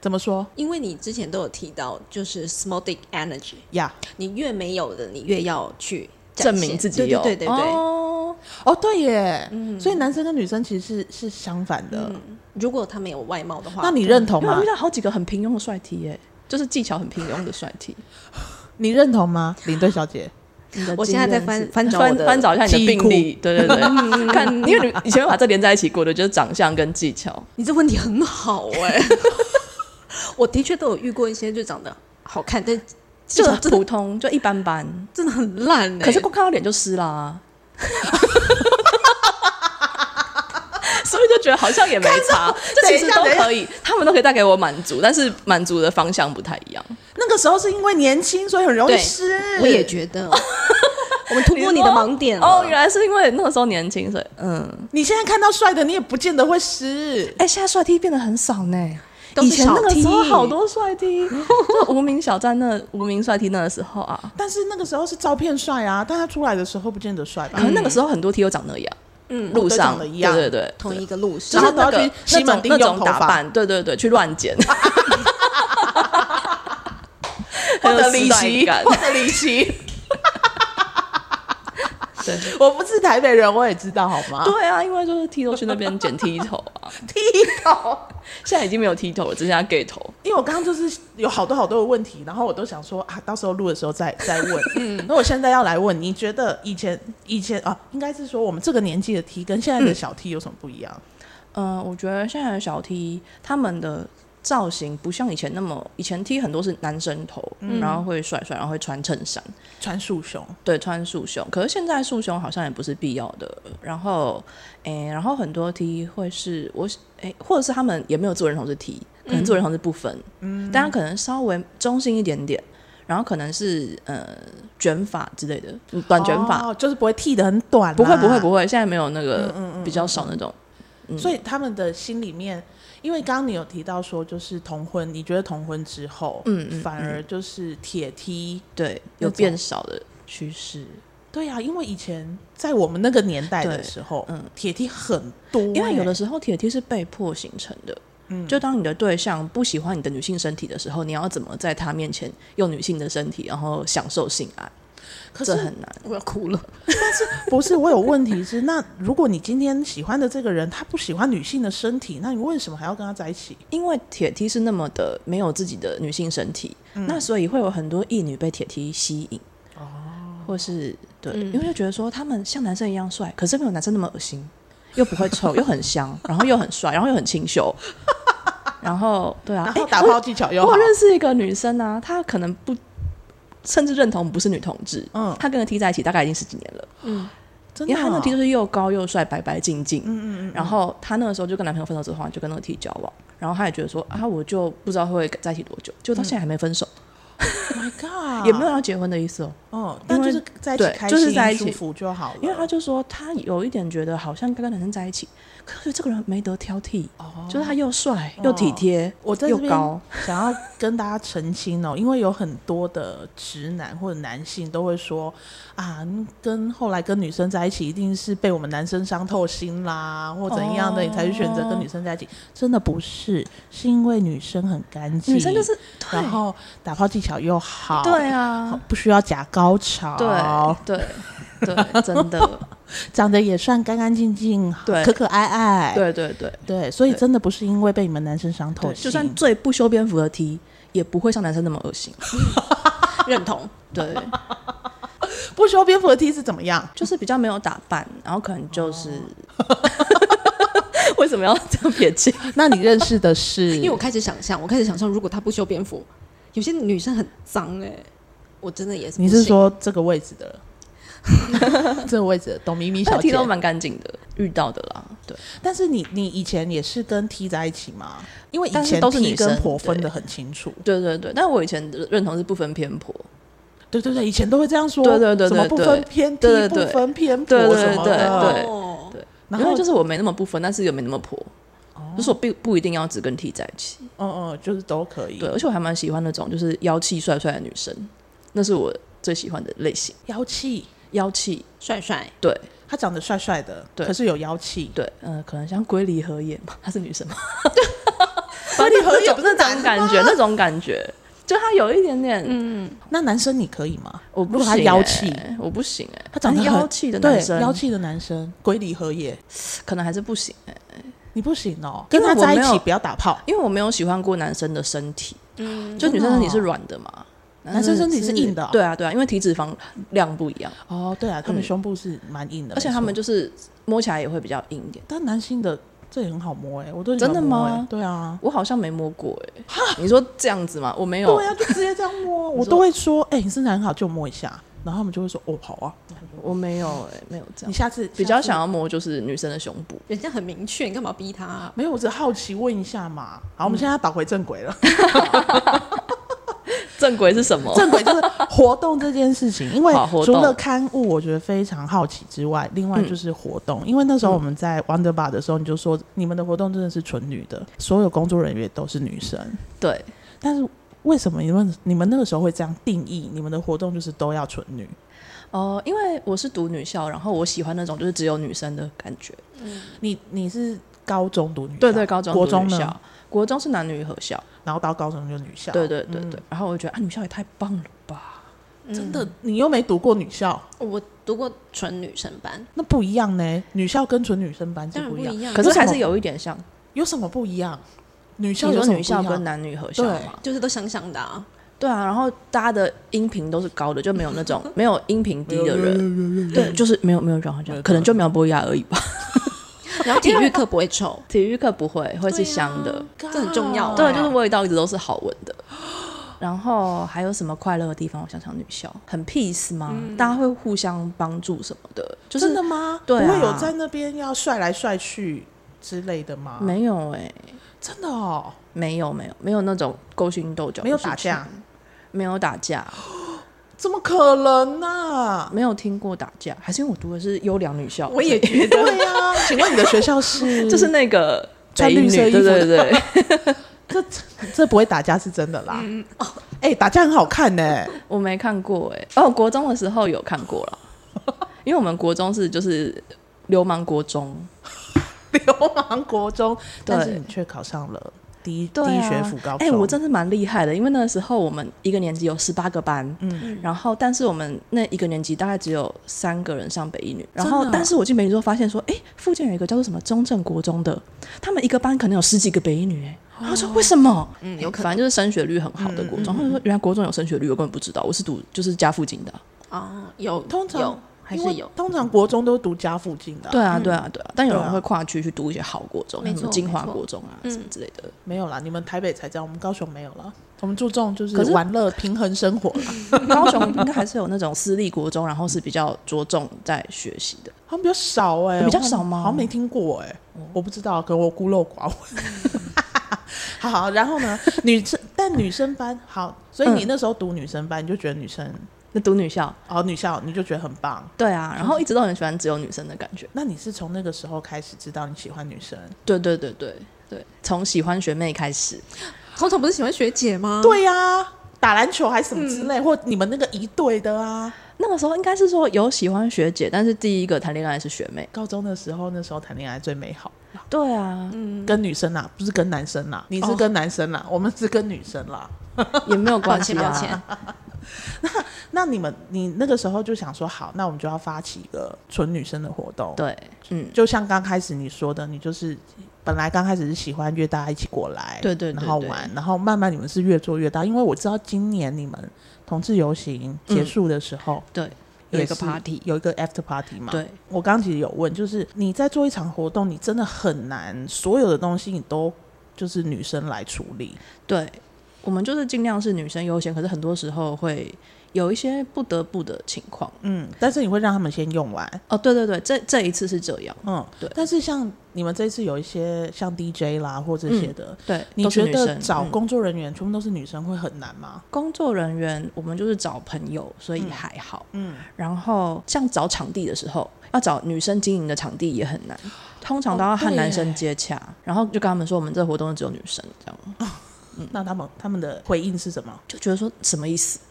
Speaker 2: 怎么说
Speaker 1: 因为你之前都有提到，就是 small dick energy，
Speaker 2: 呀
Speaker 1: 你越没有的，你越要去展
Speaker 3: 证
Speaker 1: 现
Speaker 3: 明自己有，
Speaker 1: 对对对对对。
Speaker 3: 哦，
Speaker 2: 哦，对耶，所以男生跟女生其实是是相反的。
Speaker 1: 如果他没有外貌的话，
Speaker 2: 那你认同
Speaker 3: 因为
Speaker 2: 吗
Speaker 3: 我遇？到好几个很平庸的帅 T 耶、就是技巧很平庸的帅 T。
Speaker 2: 你认同吗，领队小姐？
Speaker 3: 你的
Speaker 1: 我
Speaker 3: 呃经
Speaker 1: 现在在
Speaker 3: 验
Speaker 1: 翻
Speaker 3: 是
Speaker 1: 翻找我
Speaker 3: 翻
Speaker 1: 的
Speaker 3: 翻找一下你
Speaker 2: 记忆
Speaker 3: 的病
Speaker 2: 库
Speaker 3: 历，对对 对，看，因为你以前把这连在一起过的，就是长相跟技 巧。
Speaker 1: 你这问题很好哎、 我的确都有遇过一些就长得好看，但
Speaker 3: 就
Speaker 1: 技巧真的
Speaker 3: 普通，就一般般，
Speaker 1: 真的很烂哎、
Speaker 3: 可是光看到脸就湿啦、 所以就觉得好像也没差，这其实都
Speaker 2: 等一下
Speaker 3: 可以，他们都可以带给我满足，但是满足的方向不太一样。
Speaker 2: 那个时候是因为年轻，所以很容易
Speaker 1: 对
Speaker 2: 湿。
Speaker 1: 我也觉 得，我们突破你的盲点了
Speaker 3: 哦，原来是因为那个时候年轻，所以嗯，
Speaker 2: 你现在看到帅的，你也不见得会湿。
Speaker 3: 哎、现在帅 T 变得很少呢。
Speaker 1: 都是
Speaker 3: 以前那个
Speaker 1: 小 T
Speaker 3: 时候好多帅 T，就无名小站那无名帅 T 那个时候啊，
Speaker 2: 但是那个时候是照片帅啊，但他出来的时候不见得帅吧
Speaker 3: 可？能那个时候很多 T 都长那样，
Speaker 1: 嗯
Speaker 3: 路
Speaker 2: 都长
Speaker 3: 上
Speaker 2: 得一样
Speaker 3: 对对对，
Speaker 1: 同一个路
Speaker 3: 就
Speaker 1: 上，
Speaker 3: 是
Speaker 2: 然后
Speaker 3: 那
Speaker 2: 都
Speaker 3: 个
Speaker 2: 要去西门町
Speaker 3: 那种
Speaker 2: 用
Speaker 3: 那种
Speaker 2: 头
Speaker 3: 打
Speaker 2: 发
Speaker 3: 扮，对对对，去乱 剪，
Speaker 2: 获
Speaker 3: 很有
Speaker 2: 得
Speaker 3: 时
Speaker 2: 离
Speaker 3: 代
Speaker 2: 奇，
Speaker 3: 感
Speaker 2: 获得离奇。
Speaker 3: 对
Speaker 2: 我不是台北人，我也知道好吗？
Speaker 3: 对啊，因为就是剃头去那边剪剃头啊，
Speaker 2: 剃头，
Speaker 3: 现在已经没有剃头了，只剩下 gay 头。
Speaker 2: 因为我刚刚就是有好多好多的问题，然后我都想说啊，到时候录的时候再再问。 嗯，那我现在要来问，你觉得以前以前啊，应该是说我们这个年纪的 T 跟现在的小 T 有什么不一样？
Speaker 3: 嗯，我觉得现在的小 T 他们的造型不像以前那么，以前 T 很多是男生头，
Speaker 1: 嗯
Speaker 3: 然后会帅帅，然后会穿衬衫，
Speaker 2: 穿束胸，
Speaker 3: 对，穿束胸。可是现在束胸好像也不是必要的。然后，诶、然后很多 T 会是我，诶、或者是他们也没有做人同是 T，可能做人同是不分，嗯，但他可能稍微中性一点点，然后可能是呃卷发之类的，嗯短卷发。
Speaker 2: 哦、嗯就是不会剃的很短、啊
Speaker 3: 不会不会不
Speaker 2: 会。
Speaker 3: 会，现在没有那个比较少那种，
Speaker 2: 嗯所以他们的心里面，因为刚刚你有提到说，就是同婚，你觉得同婚之后，
Speaker 3: 嗯嗯
Speaker 2: 反而就是铁 T
Speaker 3: 对，
Speaker 2: 那
Speaker 3: 有
Speaker 2: 种
Speaker 3: 变少的趋势。
Speaker 2: 对呀、因为以前在我们那个年代的
Speaker 3: 对
Speaker 2: 时候，
Speaker 3: 嗯
Speaker 2: 铁梯很多、
Speaker 3: 因为有
Speaker 2: 欸
Speaker 3: 的时候铁梯是被迫形成的。嗯，就当你的对象不喜欢你的女性身体的时候，你要怎么在他面前用女性的身体，然后享受性爱？
Speaker 2: 可
Speaker 3: 这
Speaker 2: 是
Speaker 3: 很难。
Speaker 1: 我要哭了。
Speaker 2: 不是，我有问题是， 那如果你今天喜欢的这个人他不喜欢女性的身体，那你为什么还要跟他在一起？
Speaker 3: 因为铁梯是那么的没有自己的女性身体，
Speaker 2: 嗯
Speaker 3: 那所以会有很多异女被铁梯吸引，哦，或是对，
Speaker 1: 嗯
Speaker 3: 因为就觉得说他们像男生一样帅，可是没有男生那么恶心，又不会臭，又很香，然后又很帅，然后又很清秀，然后对啊，
Speaker 2: 然
Speaker 3: 诶
Speaker 2: 后打
Speaker 3: 我
Speaker 2: 炮技巧又好
Speaker 3: 我，认识一个女生啊，她可能不，甚至认同不是女同志，
Speaker 2: 嗯
Speaker 3: 她跟个 T 在一起大概已经十几年了，
Speaker 2: 真
Speaker 3: 因
Speaker 2: 的
Speaker 3: 为她那
Speaker 2: 哦、
Speaker 3: 个 T 就是又高又帅，白白净净，嗯嗯嗯，然后她那个时候就跟男朋友分手之后啊，就跟那个 T 交往，然后她也觉得说啊，我就不知道会在一起多久，就到现在还没分手，
Speaker 2: ，Oh My God，
Speaker 3: 也没有要结婚的意思哦，
Speaker 2: 哦，
Speaker 3: 因
Speaker 2: 但就
Speaker 3: 为
Speaker 2: 是在一起
Speaker 3: 对
Speaker 2: 开心、
Speaker 3: 就是在一起
Speaker 2: 舒服就好了。
Speaker 3: 因为她就说她有一点觉得好像该跟男生在一起，可是这个人没得挑剔，哦、就是他又帅又体贴，
Speaker 2: 我在这
Speaker 3: 又
Speaker 2: 边
Speaker 3: 高，
Speaker 2: 想要跟大家澄清哦，因 为有很多的直男或者男性都会说啊，跟后来跟女生在一起一定是被我们男生伤透心啦，或怎样的，
Speaker 3: 哦
Speaker 2: 你才去选择跟女生在一起。真的不是，是因为女生很干净，
Speaker 3: 女生就是对
Speaker 2: 然后打炮技巧又好，
Speaker 3: 对啊
Speaker 2: 好，。不需要假高潮，
Speaker 3: 对对对，真的，
Speaker 2: 长得也算干干净净，
Speaker 3: 对
Speaker 2: 可可爱爱，
Speaker 3: 对对对，
Speaker 2: 对，所以
Speaker 3: 对
Speaker 2: 真的不是因为被你们男生伤透
Speaker 3: 对，
Speaker 2: 心，
Speaker 3: 就算最不修边幅的 T，也不会像男生那么恶心。
Speaker 1: 认同，
Speaker 3: 对，
Speaker 2: 不修边幅的 T 是怎么样？
Speaker 3: 就是比较没有打扮，然后可能就是、 为什么要这样撇清？
Speaker 2: 那你认识 的是？
Speaker 1: 因为我开始想象，我开始想象，如果她不修边幅，有些女生很脏哎、我真的也是。
Speaker 2: 你是？说这个位置 的，这个位置的董咪咪
Speaker 3: 他
Speaker 2: 小
Speaker 3: 的 T
Speaker 2: 姐
Speaker 3: 都？蛮干净的，遇到的啦。对，
Speaker 2: 但是你你以前也是跟 T 在一起吗？因为以
Speaker 3: 但是
Speaker 2: 前
Speaker 3: 都是
Speaker 2: T
Speaker 3: 女生
Speaker 2: 跟婆分的很清楚，
Speaker 3: 对对对，但我以前的认同是不分偏颇。
Speaker 2: 对对对，以前都会这样说，
Speaker 3: 对对对对
Speaker 2: 什么不分偏 T，
Speaker 3: 对对
Speaker 2: 不
Speaker 3: 对
Speaker 2: 分偏婆
Speaker 3: 对对对
Speaker 2: 什么的，
Speaker 3: 对
Speaker 1: 哦，
Speaker 2: 然
Speaker 3: 因为
Speaker 2: 后哦就
Speaker 3: 就是是我没那么不分，但是也没那么婆。就是我并不一定要只跟 T 在一起，
Speaker 2: 嗯嗯，就是都可以
Speaker 3: 对，，而且我还蛮喜欢那种就是妖气帅帅的女生，那是我最喜欢的类型。
Speaker 2: 妖气。
Speaker 3: 妖气，
Speaker 1: 帅帅，
Speaker 3: 对
Speaker 2: 他长得帅帅的，
Speaker 3: 对
Speaker 2: 可是有妖气。
Speaker 3: 对，呃，可能像龟梨和也嘛，她是女生 嘛，
Speaker 2: 那你和
Speaker 3: 有那种感觉，那种感觉，就他有一点点，
Speaker 1: 嗯，
Speaker 2: 那男生你可以吗？
Speaker 3: 我不
Speaker 2: 如果他
Speaker 3: 行
Speaker 2: 妖
Speaker 3: 欸
Speaker 2: 气，
Speaker 3: 我不行哎、
Speaker 2: 他长得很
Speaker 3: 妖气的男
Speaker 2: 对
Speaker 3: 生，
Speaker 2: 妖气的男生，龟梨和也，
Speaker 3: 可能还是不行哎、
Speaker 2: 你不行哦，
Speaker 3: 因
Speaker 2: 跟
Speaker 3: 为
Speaker 2: 他
Speaker 3: 我
Speaker 2: 在一
Speaker 3: 没有
Speaker 2: 起不要打炮。
Speaker 3: 因为我没有喜欢过男生的身体，
Speaker 1: 嗯，
Speaker 3: 就
Speaker 2: 真
Speaker 3: 女
Speaker 2: 的
Speaker 3: 生身体是
Speaker 2: 哦
Speaker 3: 软的嘛，
Speaker 2: 男生身体是硬的哦
Speaker 3: 对啊对啊，因为体脂肪量不一样，
Speaker 2: 哦，对啊，他们
Speaker 3: 嗯
Speaker 2: 胸部是蛮硬的，
Speaker 3: 而且
Speaker 2: 没错
Speaker 3: 他们就是摸起来也会比较硬一点。
Speaker 2: 但男性的这也很好摸哎、我都很喜欢
Speaker 3: 真的
Speaker 2: 摸
Speaker 3: 吗
Speaker 2: 欸对啊，
Speaker 3: 我好像没摸过哎、你说这样子吗？我没有，
Speaker 2: 对啊，就直接这样 摸，我
Speaker 3: 说
Speaker 2: 都会说，哎、你身材很好，就摸一下。然后他们就会说，哦，好 啊，
Speaker 3: 我没有哎、没有这样。
Speaker 2: 你下次
Speaker 3: 比较
Speaker 2: 下次
Speaker 3: 想要摸就是女生的胸部，
Speaker 1: 人家很明确，你干嘛逼她啊、
Speaker 2: 没有，我只是好奇问一下嘛。好，我们现在要倒回正轨了。
Speaker 3: 正轨是什么？
Speaker 2: 正轨就是活动这件事情，因为
Speaker 3: 好活
Speaker 2: 除
Speaker 3: 动
Speaker 2: 了刊物，我觉得非常好奇之外，另外就是活动。因为那时候我们在 Wonder Bar 的时候，你就说你们的活动真的是纯女的，所有工作人员都是女生。
Speaker 3: 对，
Speaker 2: 但是为什么你们你们那个时候会这样定义？你们的活动就是都要纯女？
Speaker 3: 哦、因为我是读女校，然后我喜欢那种就是只有女生的感觉。
Speaker 2: 你你是高中读女校，
Speaker 3: 对对，高中
Speaker 2: 国
Speaker 3: 读
Speaker 2: 中
Speaker 3: 女
Speaker 2: 呢
Speaker 3: 校，，国中是男女合校。
Speaker 2: 然后到高中就女校。
Speaker 3: 对啊对对
Speaker 2: 嗯
Speaker 3: 对，然后我就觉得啊，女校也太棒了吧！
Speaker 2: 真的，你又没读过女校，
Speaker 1: 我读过纯女生班，
Speaker 2: 那不一样呢。女校跟纯女生班就
Speaker 1: 当然
Speaker 2: 不
Speaker 1: 不
Speaker 2: 一样，
Speaker 1: 一样，
Speaker 3: 可
Speaker 2: 为
Speaker 3: 是
Speaker 2: 什
Speaker 3: 还
Speaker 2: 么
Speaker 3: 是有一点像，
Speaker 2: 有什么不一样？女校
Speaker 3: 你
Speaker 2: 有
Speaker 3: 说
Speaker 2: 什么
Speaker 3: 女校
Speaker 2: 不一样
Speaker 3: 跟男女合校
Speaker 2: 对
Speaker 3: 嘛？
Speaker 1: 就是都香香的啊。
Speaker 3: 对啊，然后大家的音频都是高的，就没有那 种没有音频低的人，
Speaker 2: 人
Speaker 3: 对，就是没有没有人好
Speaker 2: 没有
Speaker 3: 像可能就苗博雅而已吧。
Speaker 1: 然后体育课不会臭，
Speaker 3: 体育课不会，会是香的，
Speaker 1: 这很重要啊
Speaker 3: 啊对，就是味道一直都是好闻的。然后还有什么快乐的地方？我想想，女校很 peace 吗？大家会互相帮助什么的，就
Speaker 2: 真
Speaker 3: 是
Speaker 2: 的吗？
Speaker 3: 对啊
Speaker 2: 不会有在那边要帅来帅去之类的吗？，
Speaker 3: 没有哎、
Speaker 2: 真的哦，
Speaker 3: 没有没有没有那种勾心斗角，
Speaker 2: 没有打架，，
Speaker 3: 没有打架，
Speaker 2: 怎么可能啊呢、
Speaker 3: 没有听过打架，还是因为我读的是优良女校，
Speaker 1: 我也觉得
Speaker 2: 对呀、请问你的学校是？
Speaker 3: 所以 啊 就是那个
Speaker 2: 穿
Speaker 3: 北一
Speaker 2: 绿
Speaker 3: 女，
Speaker 2: 色衣服
Speaker 3: 对对对，
Speaker 2: 这这不会打架是真的啦。
Speaker 3: 嗯
Speaker 2: 哦哎、打架很好看呢、
Speaker 3: 欸我没看过哎、哦，国中的时候有看过了，因为我们国中是就是流氓国中，
Speaker 2: 流氓国 中，但是
Speaker 3: 对
Speaker 2: 你却考上了第一、
Speaker 3: 对
Speaker 2: 第一
Speaker 3: 啊
Speaker 2: 学府高中。
Speaker 3: 哎、我真是蛮厉害的，因为那时候我们一个年级有十八个班，
Speaker 2: 嗯
Speaker 3: 嗯，然后但是我们那一个年级大概只有三个人上北一女，然
Speaker 2: 真
Speaker 3: 后
Speaker 2: 的哦
Speaker 3: 但是我进北一女之后发现说，哎、附近有一个叫做什么中正国中的，他们一个班可能有十几个北一女、哎。然后说为什么？哎
Speaker 1: 嗯，有可
Speaker 3: 反
Speaker 1: 能
Speaker 3: 正就是升学率很好的国中。
Speaker 2: 嗯嗯嗯
Speaker 3: 他们说原来国中有升学率，我根本不知道，我是读就是家附近的啊、
Speaker 1: 啊，有
Speaker 2: 通常
Speaker 1: 有还
Speaker 2: 因
Speaker 1: 是
Speaker 2: 为
Speaker 1: 有，
Speaker 2: 通常国中都读家附近的啊、
Speaker 3: 对啊，对啊，对啊。但有
Speaker 2: 对
Speaker 3: 人
Speaker 2: 啊
Speaker 3: 会跨区去读一些好国中，
Speaker 1: 没
Speaker 3: 什么
Speaker 1: 错
Speaker 3: 金华
Speaker 1: 没错
Speaker 3: 国中啊什么之类的。
Speaker 2: 没有啦，你们台北才这样，我们高雄没有了。我们注重就是
Speaker 3: 可是
Speaker 2: 玩乐、平衡生活啦。
Speaker 3: 高雄应该还是有那种私立国中，然后是比较着重在学习的。
Speaker 2: 他们比较少哎、
Speaker 3: 哦比较
Speaker 2: 我好
Speaker 3: 少吗哦
Speaker 2: 好像没听过哎、我不知道，可能我孤陋寡闻。
Speaker 3: 嗯
Speaker 2: 好好，然后呢，女生但女生班好，所以你
Speaker 3: 嗯
Speaker 2: 那时候读女生班，你就觉得女生
Speaker 3: 那读女校，
Speaker 2: 哦女校你就觉得很棒。
Speaker 3: 对啊，然后一直都很喜欢只有女生的感觉。
Speaker 2: 那你是从那个时候开始知道你喜欢女生？
Speaker 3: 对对对对对，从喜欢学妹开始，
Speaker 1: 通常不是喜欢学姐吗？，
Speaker 2: 对呀、打篮球还是什么之类，或你们那个一队的啊。
Speaker 3: 那个时候应该是说有喜欢学姐，但是第一个谈恋爱是学妹。
Speaker 2: 高中的时候，那时候谈恋爱最美好，
Speaker 3: 对 啊，
Speaker 2: 跟女生啦，不是跟男生啦，你是
Speaker 1: 哦
Speaker 2: 跟男生啦，我们是跟女生啊啦。
Speaker 3: 也没有
Speaker 1: 抱
Speaker 3: 关
Speaker 1: 歉
Speaker 3: 系
Speaker 1: 抱歉
Speaker 3: 啊。，
Speaker 2: 那你们，你那个时候就想说，好，那我们就要发起一个纯女生的活动。，
Speaker 3: 对，嗯，
Speaker 2: 就像刚开始你说的，你就是本来刚开始是喜欢约大家一起过来，
Speaker 3: 对对对
Speaker 2: 然后
Speaker 3: 对
Speaker 2: 玩，然后慢慢你们是越做越大，因为我知道今年你们同志游行结束的时候，
Speaker 3: 嗯对，有一个
Speaker 2: 也是
Speaker 3: party，
Speaker 2: 有一个 after party 嘛。，
Speaker 3: 对，
Speaker 2: 我刚刚其实有问，就是你在做一场活动，你真的很难，所有的东西你都就是女生来处理。
Speaker 3: 对，我们就是尽量是女生优先，可是很多时候会有一些不得不的情况。
Speaker 2: 嗯，但是你会让他们先用完，
Speaker 3: 哦，对对对，这这一次是这样，
Speaker 2: 嗯，
Speaker 3: 对
Speaker 2: 但是像你们这次有一些像 DJ 啦或这些的，
Speaker 3: 对，
Speaker 2: 你
Speaker 3: 嗯都是
Speaker 2: 觉
Speaker 3: 女
Speaker 2: 得
Speaker 3: 生
Speaker 2: 找
Speaker 3: 嗯
Speaker 2: 工作人员全部都是女生会很难吗？
Speaker 3: 工作人员，我们就是找朋友，所以还好。嗯
Speaker 2: 嗯
Speaker 3: 嗯，然后像找场地的时候，要找女生经营的场地也很难，通常都要和男生接洽，然后就跟他们说我们这个活动只有女生，这样
Speaker 2: 那他们他们的回应是什么？
Speaker 3: 就觉得说什么意思？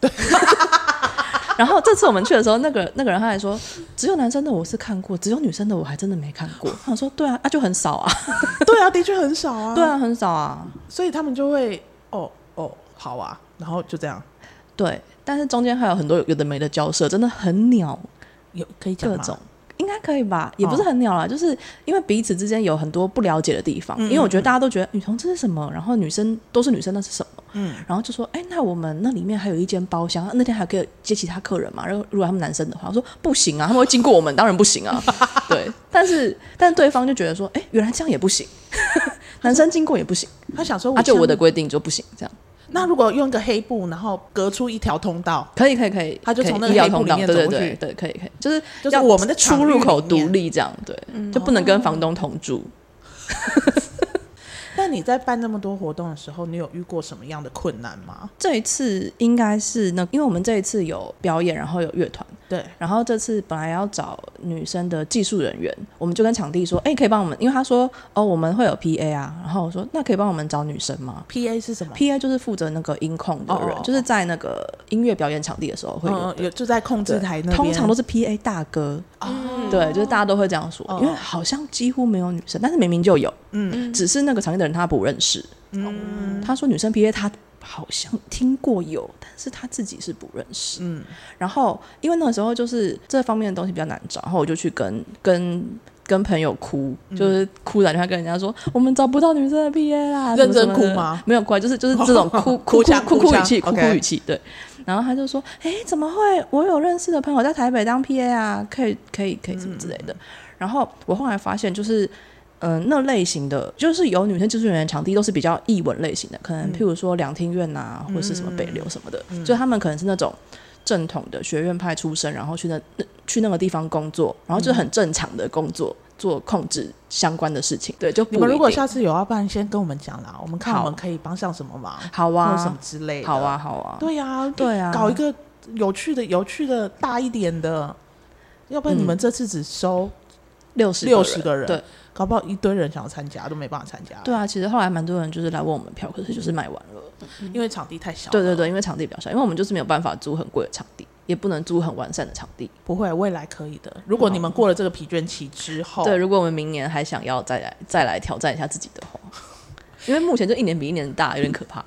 Speaker 3: 然后这次我们去的时候，那个那个人他还说，只有男生的我是看过，只有女生的我还真的没看过。他说，对啊，啊就很少啊，
Speaker 2: 对啊，的确很少啊。
Speaker 3: 对，啊，很少啊，
Speaker 2: 所以他们就会哦哦好啊，然后就这样，
Speaker 3: 对。但是中间还有很多有有的没的交涉，真的很鸟，
Speaker 2: 有可以讲
Speaker 3: 各
Speaker 2: 吗
Speaker 3: 种。应该可以
Speaker 2: 哦
Speaker 3: 吧，也不是很鸟啦，就是因为彼此之间有很多不了解的地方。
Speaker 2: 嗯
Speaker 3: 因为我觉得大家都觉得哎女同志是什么，然后女生都是女生，那是什么？
Speaker 2: 嗯
Speaker 3: 嗯，然后就说，哎、那我们那里面还有一间包厢，啊那天还可以接其他客人嘛？然后如果他们男生的话，我说不行啊，他们会经过我们，当然不行 啊。对，但是但对方就觉得说，哎、原来这样也不行， 男生经过也不行，
Speaker 2: 他想说，
Speaker 3: 啊，就我的
Speaker 2: 先。
Speaker 3: 规定就不行，这样
Speaker 2: 那如果用一个黑布，然后隔出一条通道，
Speaker 3: 可以可以可以，
Speaker 2: 他就
Speaker 3: 可以
Speaker 2: 从那
Speaker 3: 医
Speaker 2: 个
Speaker 3: 疗
Speaker 2: 黑布
Speaker 3: 通
Speaker 2: 里
Speaker 3: 道，
Speaker 2: 面
Speaker 3: 对对
Speaker 2: 走过
Speaker 3: 对
Speaker 2: 去
Speaker 3: 对，可以可以，就是
Speaker 2: 就是
Speaker 3: 要
Speaker 2: 我们的
Speaker 3: 出
Speaker 2: 场域
Speaker 3: 入
Speaker 2: 里
Speaker 3: 口独
Speaker 2: 面。嗯
Speaker 3: 立这样，对，就不能跟房东同住。
Speaker 2: 但你在办那么多活动的时候，你有遇过什么样的困难吗？
Speaker 3: 这一次应该是那，因为我们这一次有表演，然后有乐团，
Speaker 2: 对，
Speaker 3: 然后这次本来要找女生的技术人员，我们就跟场地说，哎、可以帮我们，因为他说哦，我们会有 PA 啊，然后我说那可以帮我们找女生吗
Speaker 2: P A 是什么？
Speaker 3: ？PA 就是负责那个音控的人，
Speaker 2: 哦哦哦
Speaker 3: 就是在那个音乐表演场地的时候会有
Speaker 2: 嗯，
Speaker 3: 的。
Speaker 2: 有就在控制
Speaker 3: 对
Speaker 2: 台那边，
Speaker 3: 通常都是 P A 大哥，
Speaker 2: 哦
Speaker 3: 对，就是大家都会这样说，
Speaker 2: 哦
Speaker 3: 因为好像几乎没有女生，但是明明就有，
Speaker 2: 嗯
Speaker 3: 只是那个场地的人他不认识，
Speaker 2: 嗯
Speaker 3: 他说女生 PA 他好像听过有，但是他自己是不认识。
Speaker 2: 嗯
Speaker 3: 然后因为那个时候就是这方面的东西比较难找，然后我就去跟跟。跟朋友哭，
Speaker 2: 嗯
Speaker 3: 就是哭打电话跟人家说，我们找不到女生的 PA 啦，
Speaker 2: 认真
Speaker 3: 什么什么的
Speaker 2: 哭吗？
Speaker 3: 没有哭啊，就是就是 这种哭
Speaker 2: 哭
Speaker 3: 哭
Speaker 2: 腔
Speaker 3: 哭
Speaker 2: 哭
Speaker 3: 哭
Speaker 2: 腔
Speaker 3: 语气，哭哭
Speaker 2: OK
Speaker 3: 语气，对。然后他就说，哎，怎么会？我有认识的朋友在台北当 PA 啊，可以可以可以什么之类的。然后我后来发现，就是嗯、呃那类型的，就是有女生技术人员的场地都是比较艺文类型的，可能譬如说两厅院啊，或是什么北流什么的，就他们可能是那种正统的学院派出身，然后去那那去那个地方工作，然后就是很正常的工作，做控制相关的事情。对，就不
Speaker 2: 你们
Speaker 3: 一
Speaker 2: 如果
Speaker 3: 定
Speaker 2: 下次有要办，先跟我们讲啦，我们看我
Speaker 3: 好
Speaker 2: 们可以帮上什么忙，
Speaker 3: 好
Speaker 2: 或者什么
Speaker 3: 啊，
Speaker 2: 之类的。
Speaker 3: 好，啊，好啊，
Speaker 2: 对啊，
Speaker 3: 对啊
Speaker 2: 搞一个有趣的、有趣的大一点的，要不然你
Speaker 3: 嗯
Speaker 2: 们这次只收，
Speaker 3: 六十
Speaker 2: 60个人
Speaker 3: 对
Speaker 2: 搞不好一堆人想要参加都没办法参加，
Speaker 3: 对啊，其实后来蛮多人就是来问我们票，可是就是卖完了。
Speaker 2: 因为场地太小。
Speaker 3: 对对，对，因为场地比较小，因为我们就是没有办法租很贵的场地。也不能租很完善的场地。
Speaker 2: 不会，未来可以的。如果你们过了这个疲倦期之后，
Speaker 3: 对，如果我们明年还想要再来再来挑战一下自己的话，因为目前就一年比一年大，有点可怕。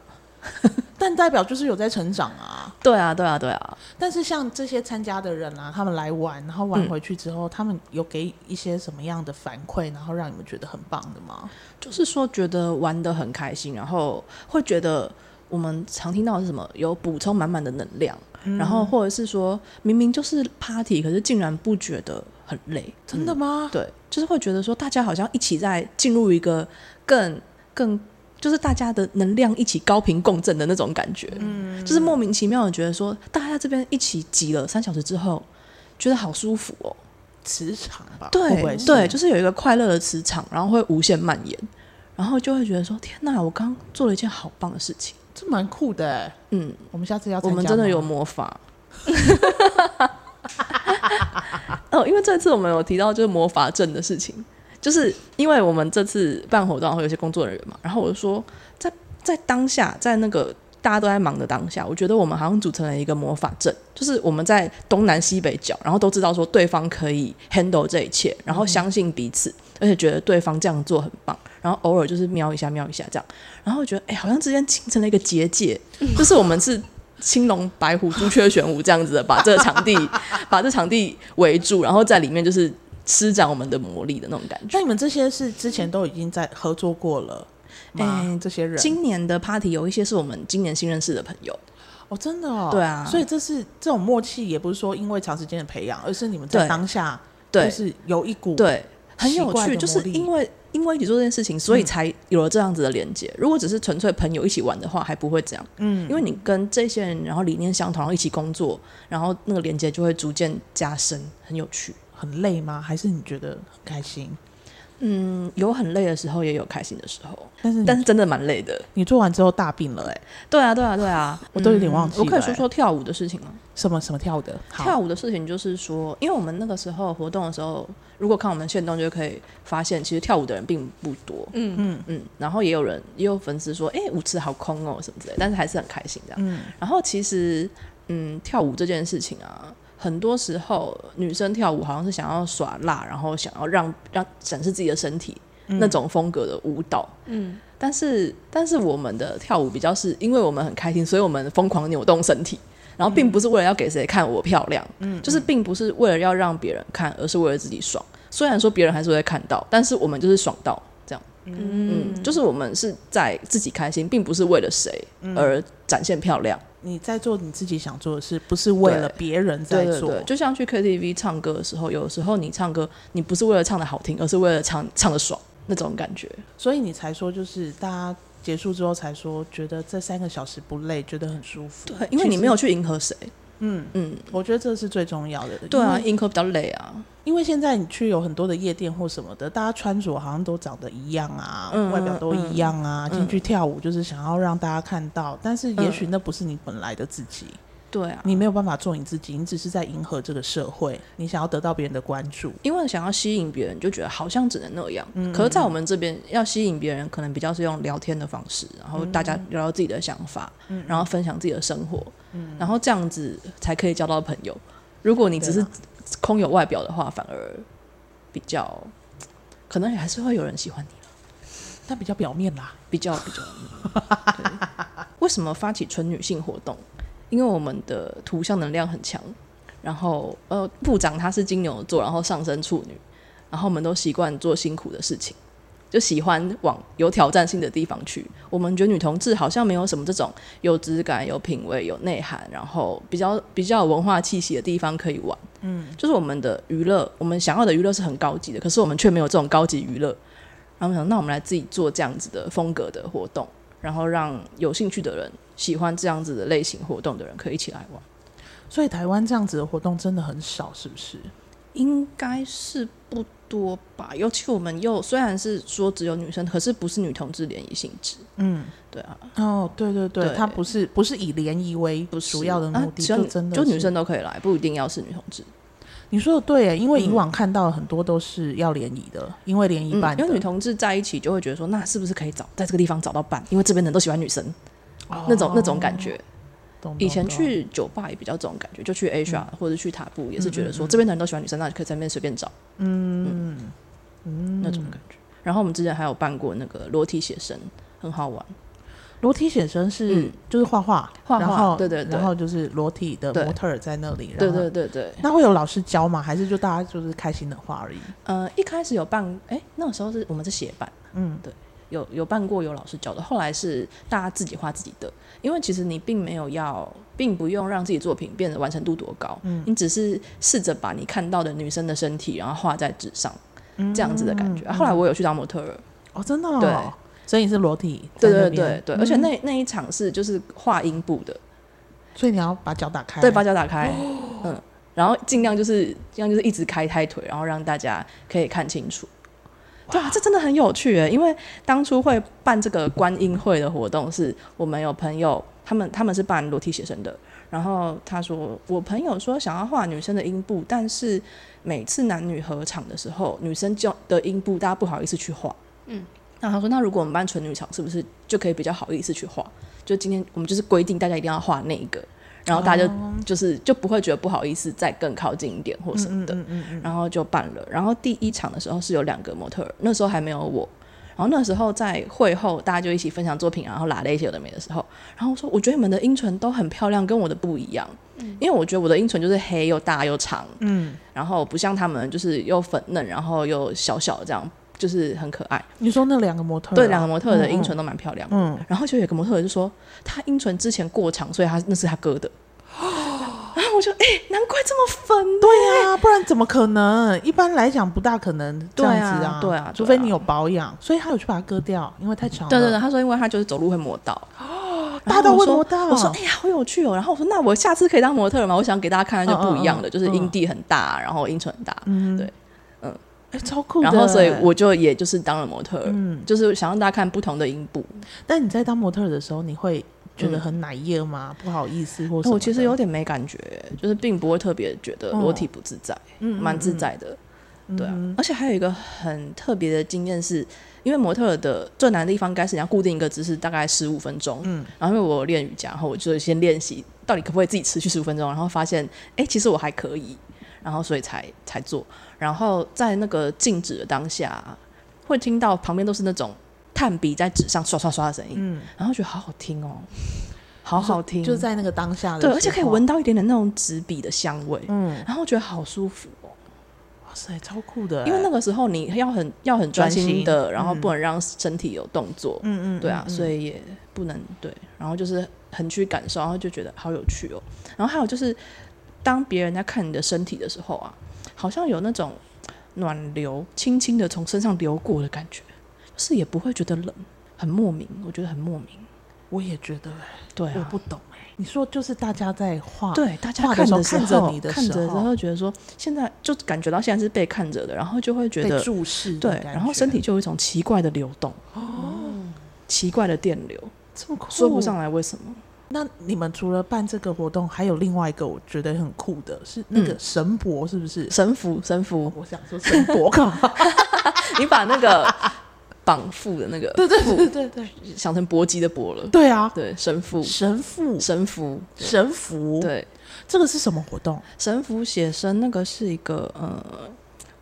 Speaker 2: 但代表就是有在成长啊。
Speaker 3: 对啊，对啊，对啊，
Speaker 2: 但是像这些参加的人啊，他们来玩，然后玩
Speaker 3: 嗯
Speaker 2: 回去之后，他们有给一些什么样的反馈，然后让你们觉得很棒的吗？
Speaker 3: 就是说觉得玩的很开心，然后会觉得我们常听到的是什么有补充满满的能量，
Speaker 2: 嗯
Speaker 3: 然后或者是说明明就是 party，可是竟然不觉得很累，嗯
Speaker 2: 真的吗？
Speaker 3: 对，就是会觉得说大家好像一起在进入一个更更。就是大家的能量一起高频共振的那种感觉，嗯，就是莫名其妙的觉得说，大家在这边一起挤了三小时之后，觉得好舒服哦，
Speaker 2: 磁场吧，会不
Speaker 3: 对
Speaker 2: 会是
Speaker 3: 对，就是有一个快乐的磁场，然后会无限蔓延，然后就会觉得说：“天哪，我刚做了一件好棒的事情。
Speaker 2: 这蛮酷的、欸。”
Speaker 3: 嗯，
Speaker 2: 我们下次要参
Speaker 3: 我
Speaker 2: 加
Speaker 3: 们真的
Speaker 2: 吗
Speaker 3: 有魔法。 哦，因为这次我们有提到就是魔法阵的事情，就是因为我们这次办活动会有一些工作人员嘛，然后我就说，在在当下，在那个大家都在忙的当下，我觉得我们好像组成了一个魔法阵，就是我们在东南西北角，然后都知道说对方可以 handle 这一切，然
Speaker 2: 嗯
Speaker 3: 后相信彼此，而且觉得对方这样做很棒，然后偶尔就是瞄一下瞄一下这样，然后我觉得哎、好像之间形成了一个结界，就是我们是。青龙、白虎、朱雀、玄武这样子的，把这个场地把这场地围住，然后在里面就是施展我们的魔力的那种感觉。
Speaker 2: 那你们这些是之前都已经在合作过了吗？
Speaker 3: 哎
Speaker 2: 这些人
Speaker 3: 今年的 party 有一些是我们今年新认识的朋友，
Speaker 2: 哦，真的哦，
Speaker 3: 对啊
Speaker 2: 所以这是这种默契，也不是说因为长时间的培养，而是你们在
Speaker 3: 对
Speaker 2: 当下就
Speaker 3: 对
Speaker 2: 是有一股
Speaker 3: 对，很
Speaker 2: 奇
Speaker 3: 有
Speaker 2: 怪的
Speaker 3: 趣，就是
Speaker 2: 魔力
Speaker 3: 因为因为你做这件事情，所以才有了这样子的连接。如果只是纯粹朋友一起玩的话，还不会这样，
Speaker 2: 嗯，
Speaker 3: 因为你跟这些人，然后理念相同，然后一起工作，然后那个连接就会逐渐加深，很有趣。
Speaker 2: 很累吗？还是你觉得很开心？
Speaker 3: 嗯，有很累的时候，也有开心的时候，
Speaker 2: 但是你
Speaker 3: 但是真的蛮累的。
Speaker 2: 你做完之后大病了、欸，哎，
Speaker 3: 嗯对啊，对啊，对啊，
Speaker 2: 我都有点忘记了
Speaker 3: 我可以
Speaker 2: 欸
Speaker 3: 说说跳舞的事情吗？
Speaker 2: 什么什么跳的，好
Speaker 3: 跳舞的事情就是说，因为我们那个时候活动的时候，如果看我们现动就可以发现，其实跳舞的人并不多。
Speaker 1: 嗯
Speaker 3: 嗯嗯，然后也有人也有粉丝说，哎、舞池好空哦什么之类，但是还是很开心这样。
Speaker 2: 嗯
Speaker 3: 然后其实，嗯，跳舞这件事情啊，很多时候女生跳舞好像是想要耍辣，然后想要让让展示自己的身体、那种风格的舞蹈。
Speaker 1: 嗯，
Speaker 3: 但是，但是我们的跳舞比较是因为我们很开心，所以我们疯狂扭动身体，然后并不是为了要给谁看我漂亮，嗯，就是并不是为了要让别人看，而是为了自己爽。虽然说别人还是会看到，但是我们就是爽到这样，嗯，就是我们是在自己开心，并不是为了谁而展现漂亮。
Speaker 2: 你在做你自己想做的事，不是为了
Speaker 3: 对
Speaker 2: 别人在
Speaker 3: 对
Speaker 2: 做，
Speaker 3: 对对，就像去 KTV 唱歌的时候，有时候你唱歌，你不是为了唱的好听，而是为了唱唱的爽那种感觉。
Speaker 2: 所以你才说就是大家结束之后才说，觉得这三个小时不累，觉得很舒服。
Speaker 3: 对，因为你没有去迎合谁，
Speaker 2: 嗯，
Speaker 3: 嗯，
Speaker 2: 我觉得这是最重要的。
Speaker 3: 对啊，
Speaker 2: 因为
Speaker 3: 迎合比较累啊。
Speaker 2: 因为现在你去有很多的夜店或什么的，大家穿着好像都长得一样啊，
Speaker 3: 嗯
Speaker 2: 外表都一样啊，进、去跳舞就是想要让大家看到，但是也许那不是你本来的自己，
Speaker 3: 对啊，
Speaker 2: 你没有办法做你自己，你只是在迎合这个社会，你想要得到别人的关注。
Speaker 3: 因为想要吸引别人，就觉得好像只能那样。可是，在我们这边要吸引别人，可能比较是用聊天的方式，然后大家聊聊自己的想法，然后分享自己的生活，然后这样子才可以交到朋友。如果你只是
Speaker 2: 对啊
Speaker 3: 空有外表的话，反而比较可能还是会有人喜欢你。
Speaker 2: 但比较表面啦，
Speaker 3: 比较比较。对为什么发起纯女性活动？因为我们的图像能量很强，然后呃，部长他是金牛座，然后上升处女，然后我们都习惯做辛苦的事情，就喜欢往有挑战性的地方去。我们觉得女同志好像没有什么这种有质感、有品味、有内涵，然后比较比较有文化气息的地方可以玩。嗯，就是我们的娱乐，我们想要的娱乐是很高级的，可是我们却没有这种高级娱乐。然后我想，那我们来自己做这样子的风格的活动，然后让有兴趣的人、喜欢这样子的类型活动的人可以一起来玩。
Speaker 2: 所以台湾这样子的活动真的很少，是不是？
Speaker 3: 应该是不多吧？尤其我们又虽然是说只有女生，可是不是女同志联谊性质，
Speaker 2: 嗯，
Speaker 3: 对啊，
Speaker 2: 哦，对对对，
Speaker 3: 对
Speaker 2: 它不是不是以联谊为
Speaker 3: 不是
Speaker 2: 主要的
Speaker 3: 啊
Speaker 2: 目的，
Speaker 3: 只要
Speaker 2: 就
Speaker 3: 女
Speaker 2: 真的
Speaker 3: 就是女生都可以来，不一定要是女同志。
Speaker 2: 你说的对耶，因为以
Speaker 3: 嗯
Speaker 2: 往看到很多都是要联谊的，因为联谊办
Speaker 3: 嗯
Speaker 2: 的，
Speaker 3: 因为女同志在一起就会觉得说，那是不是可以找在这个地方找到伴？因为这边人都喜欢女生，
Speaker 2: 哦
Speaker 3: 那种那种感觉。
Speaker 2: 懂
Speaker 3: 以前，
Speaker 2: 懂懂
Speaker 3: 去酒吧也比较这种感觉，就去 Asia、或者去塔布，也是觉得说、这边的人都喜欢女生，那你可以在那边随便找
Speaker 2: 嗯嗯，
Speaker 3: 那种感觉。然后我们之前还有办过那个裸体写生，很好玩，
Speaker 2: 裸体写生是、
Speaker 3: 嗯
Speaker 2: 就是画画，
Speaker 3: 画画
Speaker 2: 然后
Speaker 3: 对对对
Speaker 2: 然后就是裸体的
Speaker 3: 对
Speaker 2: 模特儿在那里，
Speaker 3: 对
Speaker 2: 然后
Speaker 3: 对对对。
Speaker 2: 那会有老师教吗？还是就大家就是开心的画而已？
Speaker 3: 呃，一开始有办，哎、那个时候是我们是协办，
Speaker 2: 嗯，
Speaker 3: 对，有有办过有老师教的，后来是大家自己画自己的，因为其实你并没有要，并不用让自己作品变得完成度多高，嗯，你只是试着把你看到的女生的身体，然后画在纸上，这样子的感觉。啊后来我有去当模特儿，
Speaker 2: 哦，真的、哦，
Speaker 3: 对，
Speaker 2: 所以你是裸体，
Speaker 3: 对对对，对，而且那那一场是就是画阴部的，
Speaker 2: 所以你要把脚打开，哦
Speaker 3: 对，把脚打开，嗯，然后尽量就是尽量就是一直开开腿，然后让大家可以看清楚。对啊，这真的很有趣诶，因为当初会办这个观音会的活动，是我们有朋友，他们他们是办裸体写生的，然后他说我朋友说想要画女生的阴部，但是每次男女合场的时候，女生就的阴部大家不好意思去画，
Speaker 1: 嗯，
Speaker 3: 那他说那如果我们办纯女场，是不是就可以比较好意思去画？就今天我们就是规定大家一定要画那一个，然后大家就、
Speaker 2: 哦
Speaker 3: 就是就不会觉得不好意思再更靠近一点或什么的，
Speaker 2: 嗯嗯嗯，
Speaker 3: 然后就办了。然后第一场的时候是有两个模特儿，那时候还没有我。然后那时候在会后，大家就一起分享作品，然后拉了一些有的没的时候，然后我说我觉得你们的阴唇都很漂亮，跟我的不一样，因为我觉得我的阴唇就是黑又大又长，
Speaker 2: 嗯，
Speaker 3: 然后不像他们就是又粉嫩，然后又小小这样，就是很可爱。
Speaker 2: 你说那两个模特儿啊、
Speaker 3: 对，两个模特儿的
Speaker 2: 嗯
Speaker 3: 阴唇，都蛮漂亮的。
Speaker 2: 嗯，
Speaker 3: 然后就有一个模特儿就说，他阴唇之前过长，所以他那是他割 的。然后我就哎、难怪这么粉呢。
Speaker 2: 对呀、不然怎么可能？一般来讲不大可能这样子啊，
Speaker 3: 对啊对啊
Speaker 2: 除非你有保养，所以他有去把它割掉，因为太长了，
Speaker 3: 对对对，，他说因为他就是走路会磨到， 然
Speaker 2: 大
Speaker 3: 后
Speaker 2: 到
Speaker 3: 我
Speaker 2: 会
Speaker 3: 说
Speaker 2: 摸到。
Speaker 3: 我说哎呀，好有趣哦。然后我说那我下次可以当模特儿吗？我想给大家看看就不一样的，
Speaker 2: 嗯嗯嗯
Speaker 3: 就是阴蒂很大，然后阴唇很大，
Speaker 2: 嗯哎、超酷
Speaker 3: 嗯
Speaker 2: 的，
Speaker 3: 然后所以我就也就是当了模特儿，
Speaker 2: 嗯，
Speaker 3: 就是想让大家看不同的阴部。
Speaker 2: 但你在当模特儿的时候，你会觉得很奶液吗？不好意思或什么的？
Speaker 3: 我哦其实有点没感觉，就是并不会特别觉得裸体不自在，
Speaker 2: 嗯
Speaker 3: 蛮自，在的。对啊，而且还有一个很特别的经验是，因为模特儿的最难的地方应该是你要固定一个姿势，大概十五分钟。
Speaker 2: 嗯
Speaker 3: 然后因为我有练瑜伽，然后我就先练习到底可不可以自己持续十五分钟，然后发现哎，其实我还可以，然后所以才才做。然后在那个静止的当下，会听到旁边都是那种炭笔在纸上刷刷刷的声音，
Speaker 2: 嗯，
Speaker 3: 然后觉得好好听哦，好好听，哦
Speaker 2: 就在那个当下的，
Speaker 3: 对，而且可以闻，到一点点那种纸笔的香味，
Speaker 2: 嗯，
Speaker 3: 然后觉得好舒服哦。
Speaker 2: 哇塞，超酷的欸，
Speaker 3: 因为那个时候你要很要很专心
Speaker 2: 专
Speaker 3: 的，然后不能让身体有动作，
Speaker 2: 嗯，嗯嗯，
Speaker 3: 对啊，所
Speaker 2: 以
Speaker 3: 以也不能对，然后就是很去感受，然后就觉得好有趣哦。然后还有就是，当别人在看你的身体的时候啊，好像有那种暖流轻轻的从身上流过的感觉，就是也不会觉得冷，很莫名，我觉得很莫名。
Speaker 2: 我也觉得欸，
Speaker 3: 对
Speaker 2: 我
Speaker 3: 啊，
Speaker 2: 不懂哎，你说就是大家在画，
Speaker 3: 对，大家
Speaker 2: 画的
Speaker 3: 看
Speaker 2: 时候
Speaker 3: 时
Speaker 2: 看着
Speaker 3: 候
Speaker 2: 你的
Speaker 3: 看
Speaker 2: 时
Speaker 3: 着的时
Speaker 2: 候
Speaker 3: 候，觉得说现在就感觉到现在是被看着的，然后就会觉
Speaker 2: 被
Speaker 3: 得
Speaker 2: 注视的
Speaker 3: 对
Speaker 2: 感觉，，
Speaker 3: 然后身体就有一种奇怪的流动，哦，奇怪的电流，
Speaker 2: 这么酷，
Speaker 3: 说不上来为什么。
Speaker 2: 那你们除了办这个活动，还有另外一个我觉得很酷的是那
Speaker 3: 嗯
Speaker 2: 个神博，是 不是？
Speaker 3: 神符，神符，
Speaker 2: 我想说神博，
Speaker 3: 你把那个绑缚的那个
Speaker 2: 对对对对对
Speaker 3: 想成搏击的搏了，
Speaker 2: 对啊，
Speaker 3: 对，神符，
Speaker 2: 神父
Speaker 3: 神符，
Speaker 2: 神符，，
Speaker 3: 对，
Speaker 2: 这个是什么活动？
Speaker 3: 神符写生那个是一个呃。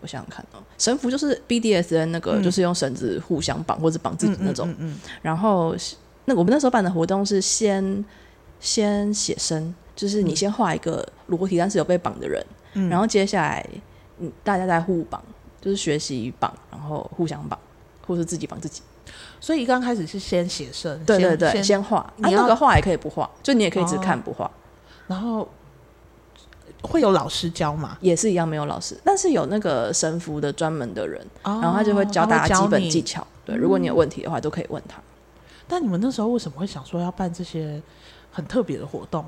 Speaker 3: 我想想看哦，神符就是 BDSN 那个，
Speaker 2: 嗯
Speaker 3: 就是用绳子互相绑或者绑自己那种。
Speaker 2: 嗯嗯
Speaker 3: 然后那我们那时候办的活动是先先写生，就是你先画一个裸体但是有被绑的人，
Speaker 2: 嗯
Speaker 3: 然后接下来嗯大家在互绑，就是学习绑，然后互相绑，或是自己绑自己。
Speaker 2: 嗯所以刚开始是先写生，
Speaker 3: 对对
Speaker 2: 先
Speaker 3: 对，
Speaker 2: 先
Speaker 3: 先画，啊
Speaker 2: 你要
Speaker 3: 那个画也可以不画，就你也可以只
Speaker 2: 哦
Speaker 3: 看不画，
Speaker 2: 然后会有老师教嘛？
Speaker 3: 也是一样没有老师，但是有那个神符的专门的人，
Speaker 2: 然
Speaker 3: 然后他就会教大家基本技
Speaker 2: 巧。
Speaker 3: 巧。对，如果你有问题的话，都可以问他。
Speaker 2: 但你们那时候为什么会想说要办这些很特别的活动？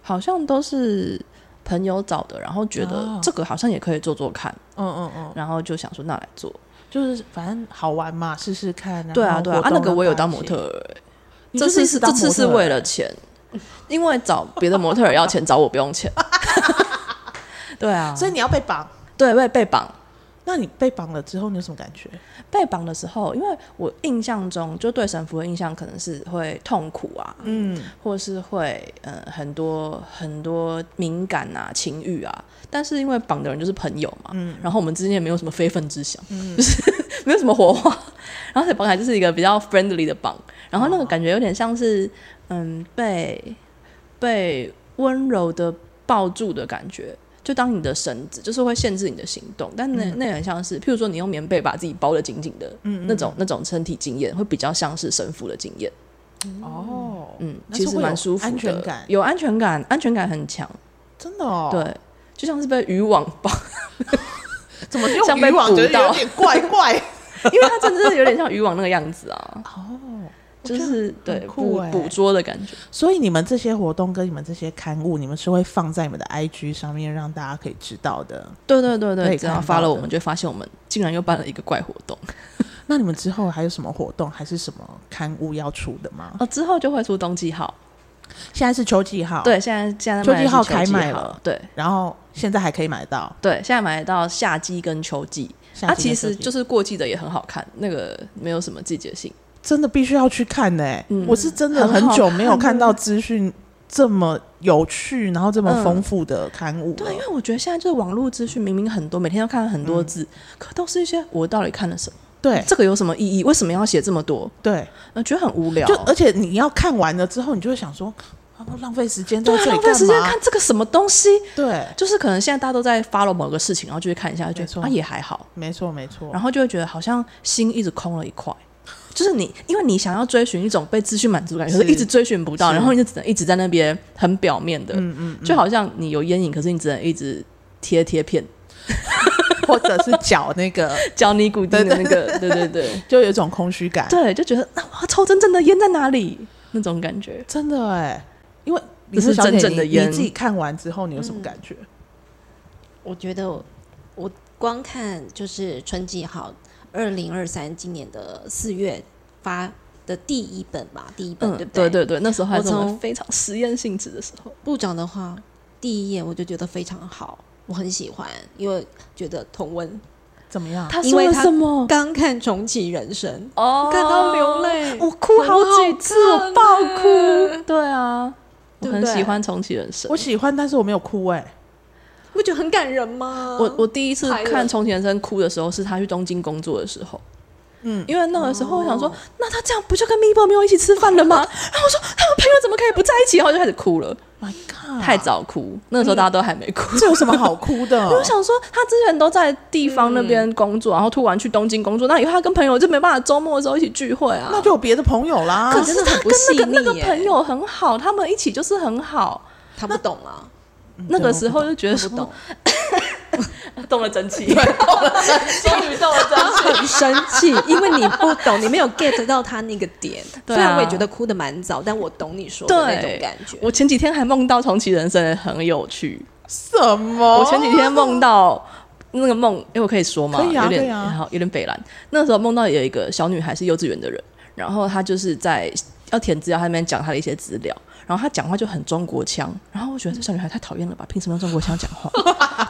Speaker 3: 好像都是朋友找的，然后觉
Speaker 2: 哦
Speaker 3: 得这个好像也可以做做看，
Speaker 2: 嗯嗯嗯，
Speaker 3: 然后就想说那来做。
Speaker 2: 就是反正好玩嘛，试试看。然后
Speaker 3: 对啊，对啊，
Speaker 2: 活
Speaker 3: 啊
Speaker 2: 动
Speaker 3: 那个我有
Speaker 2: 让大
Speaker 3: 当
Speaker 2: 家
Speaker 3: 模
Speaker 2: 一起
Speaker 3: 特，儿、欸，
Speaker 2: 你
Speaker 3: 这
Speaker 2: 就是
Speaker 3: 次
Speaker 2: 一直当
Speaker 3: 这次是
Speaker 2: 模特儿
Speaker 3: 为了钱，因为找别的模特儿要 钱，找我不用钱。对啊，
Speaker 2: 所以你要被绑。
Speaker 3: 对被被绑，
Speaker 2: 那你被绑了之后，你有什么感觉？
Speaker 3: 被绑的时候，因为我印象中就对神父的印象可能是会痛苦啊，
Speaker 2: 嗯，
Speaker 3: 或是会呃很多很多敏感啊、情欲啊。但是因为绑的人就是朋友嘛，然后我们之间也没有什么非分之想， 就是没有什么火花。然后这绑起来就是一个比较 friendly 的绑，然后那个感觉有点像是嗯被被温柔的抱住的感觉。就当你的绳子，就是会限制你的行动，但那、那很像是，譬如说你用棉被把自己包得紧紧的，那种那种身体经验，会比较像是神父的经验。
Speaker 2: 哦，
Speaker 3: 嗯，
Speaker 2: 那
Speaker 3: 其
Speaker 2: 是
Speaker 3: 实
Speaker 2: 会有
Speaker 3: 蛮舒服的，
Speaker 2: 安全感
Speaker 3: 有安全感，安全感很强，
Speaker 2: 真的哦，，
Speaker 3: 对，就像是被渔网绑，
Speaker 2: 怎么用
Speaker 3: 像被
Speaker 2: 渔网
Speaker 3: 捕
Speaker 2: 觉得有
Speaker 3: 到
Speaker 2: 点怪 怪？
Speaker 3: 因为它真的是有点像渔网那个样子啊，
Speaker 2: 哦，
Speaker 3: 就是对
Speaker 2: 酷
Speaker 3: 捕
Speaker 2: 欸
Speaker 3: 捕捉的感觉。
Speaker 2: 所以你们这些活动跟你们这些刊物，你们是会放在你们的 IG 上面让大家可以知道的。
Speaker 3: 对对对
Speaker 2: 可以
Speaker 3: 对，只要
Speaker 2: 看
Speaker 3: 发
Speaker 2: 到
Speaker 3: 了，
Speaker 2: 的
Speaker 3: 我们就会发现我们竟然又办了一个怪活动
Speaker 2: 那你们之后还有什么活动，还是什么刊物要出的吗？
Speaker 3: 哦，之后就会出冬季号，
Speaker 2: 现在是秋季号，，
Speaker 3: 对，现在现在
Speaker 2: 哦秋
Speaker 3: 卖的
Speaker 2: 季
Speaker 3: 是
Speaker 2: 号开卖
Speaker 3: 号
Speaker 2: 了，
Speaker 3: 对
Speaker 2: 然后现在还可以买到。
Speaker 3: 对，现在买得到夏季跟秋季，它、
Speaker 2: 夏季
Speaker 3: 其
Speaker 2: 跟
Speaker 3: 实
Speaker 2: 秋季
Speaker 3: 就是过季的也很好看，那个没有什么季节性，
Speaker 2: 真的必须要去看呢、
Speaker 3: 嗯
Speaker 2: 我是真的
Speaker 3: 很好
Speaker 2: 很久没有
Speaker 3: 看
Speaker 2: 看到啊资讯这么有趣，然后这么
Speaker 3: 嗯
Speaker 2: 丰富的刊物了。
Speaker 3: 对，因为我觉得现在就是网络资讯明明很多，每天要看很多字，
Speaker 2: 嗯
Speaker 3: 可都是一些我到底看了什么，
Speaker 2: 对
Speaker 3: 这个有什么意义？为什么要写这么多？
Speaker 2: 对，
Speaker 3: 呃，觉得很无聊，
Speaker 2: 就而且你要看完了之后，你就会想说，啊，浪费时间在
Speaker 3: 对啊，
Speaker 2: 这里
Speaker 3: 浪费时间
Speaker 2: 干嘛
Speaker 3: 看？这个什么东西？
Speaker 2: 对，
Speaker 3: 就是可能现在大家都在 follow 某个事情，然后就去看一下，就觉
Speaker 2: 没错
Speaker 3: 得啊也还好，
Speaker 2: 没错没错。
Speaker 3: 然后就会觉得好像心一直空了一块。就是你，因为你想要追寻一种被资讯满足感，可是
Speaker 2: 是
Speaker 3: 一直追寻不到，
Speaker 2: 是
Speaker 3: 然后你就只能一直在那边很表面的，
Speaker 2: 嗯嗯，
Speaker 3: 就好像你有烟瘾，可是你只能一直贴贴片，
Speaker 2: 或者是嚼那 个，
Speaker 3: 教尼古丁的那个，对对对。
Speaker 2: 就有一种空虚感。
Speaker 3: 对，就觉得那我要抽真正的烟在哪里那种感觉。
Speaker 2: 真的哎，因为你
Speaker 3: 这是
Speaker 2: 说小姐
Speaker 3: 真正的
Speaker 2: 你
Speaker 3: 烟
Speaker 2: 你自己看完之后，你有什么感觉？
Speaker 1: 我觉得我我光看就是春季号二零二三今年的四月发的第一本吧，第一本、
Speaker 3: 嗯
Speaker 1: 对，不
Speaker 3: 对
Speaker 1: 对？
Speaker 3: 对对，那时候还
Speaker 1: 我
Speaker 3: 是我们
Speaker 1: 从
Speaker 3: 非常实验性质的时候。
Speaker 1: 部长的话，第一页我就觉得非常好，我很喜欢，因为觉得同温。
Speaker 2: 怎么样？
Speaker 3: 他
Speaker 1: 因
Speaker 3: 说
Speaker 1: 为
Speaker 3: 了
Speaker 1: 他
Speaker 3: 什么？
Speaker 1: 刚看重启人生，
Speaker 3: 哦
Speaker 1: 看到流泪，
Speaker 3: 我哭好几次，我
Speaker 1: 很
Speaker 3: 爆
Speaker 1: 好看
Speaker 3: 哭。对啊，我
Speaker 1: 对不
Speaker 3: 很喜
Speaker 1: 对
Speaker 3: 欢重启人生
Speaker 2: 我。喜欢，但是我没有哭哎。
Speaker 1: 不觉得很感人吗？
Speaker 3: 我我第一次
Speaker 1: 拍了
Speaker 3: 看重启人生哭的时候，是他去东京工作的时候。
Speaker 2: 嗯，
Speaker 3: 因为那个时候我想说，那他这样不就跟 Mibo 没有一起吃饭了 吗？然后我说他们朋友怎么可以不在一起？然后我就开始哭了，
Speaker 2: My God，
Speaker 3: 太，早哭，那时候大家都还没哭。
Speaker 2: 这有什么好哭 的？
Speaker 3: 因为我想说，他之前都在地方那边工
Speaker 1: 嗯
Speaker 3: 作，然后突然去东京工作，那以后他跟朋友就没办法周末的时候一起聚会啊。
Speaker 2: 那就有别的朋友啦。
Speaker 1: 可
Speaker 3: 可是
Speaker 1: 真的
Speaker 3: 他
Speaker 1: 很不
Speaker 3: 跟那个
Speaker 1: 细腻
Speaker 3: 那个
Speaker 1: 耶
Speaker 3: 朋友很好，他们一起就是很好。
Speaker 1: 他不懂啊，
Speaker 3: 那个时候就觉得
Speaker 1: 他不
Speaker 3: 说
Speaker 1: 懂，
Speaker 3: 动了真气，动了真 气，终于动了真气。
Speaker 1: 很生气，因为你不懂，你没有 get 到他那个点。
Speaker 3: 对啊
Speaker 1: 虽然我也觉得哭的蛮早，但我懂你说的那种感觉。
Speaker 3: 我前几天还梦到重启人生，很有趣。
Speaker 2: 什么？
Speaker 3: 我前几天梦到那个梦，哎、我可以说吗？
Speaker 2: 可以啊
Speaker 3: 有
Speaker 2: 可以
Speaker 3: 点
Speaker 2: 啊
Speaker 3: 好，有点北蓝。那时候梦到有一个小女孩是幼稚园的人，然后她就是在要填资料，她那边讲她的一些资料，然后她讲话就很中国腔，然后我觉得这小女孩太讨厌了吧，凭什么用中国腔讲 话？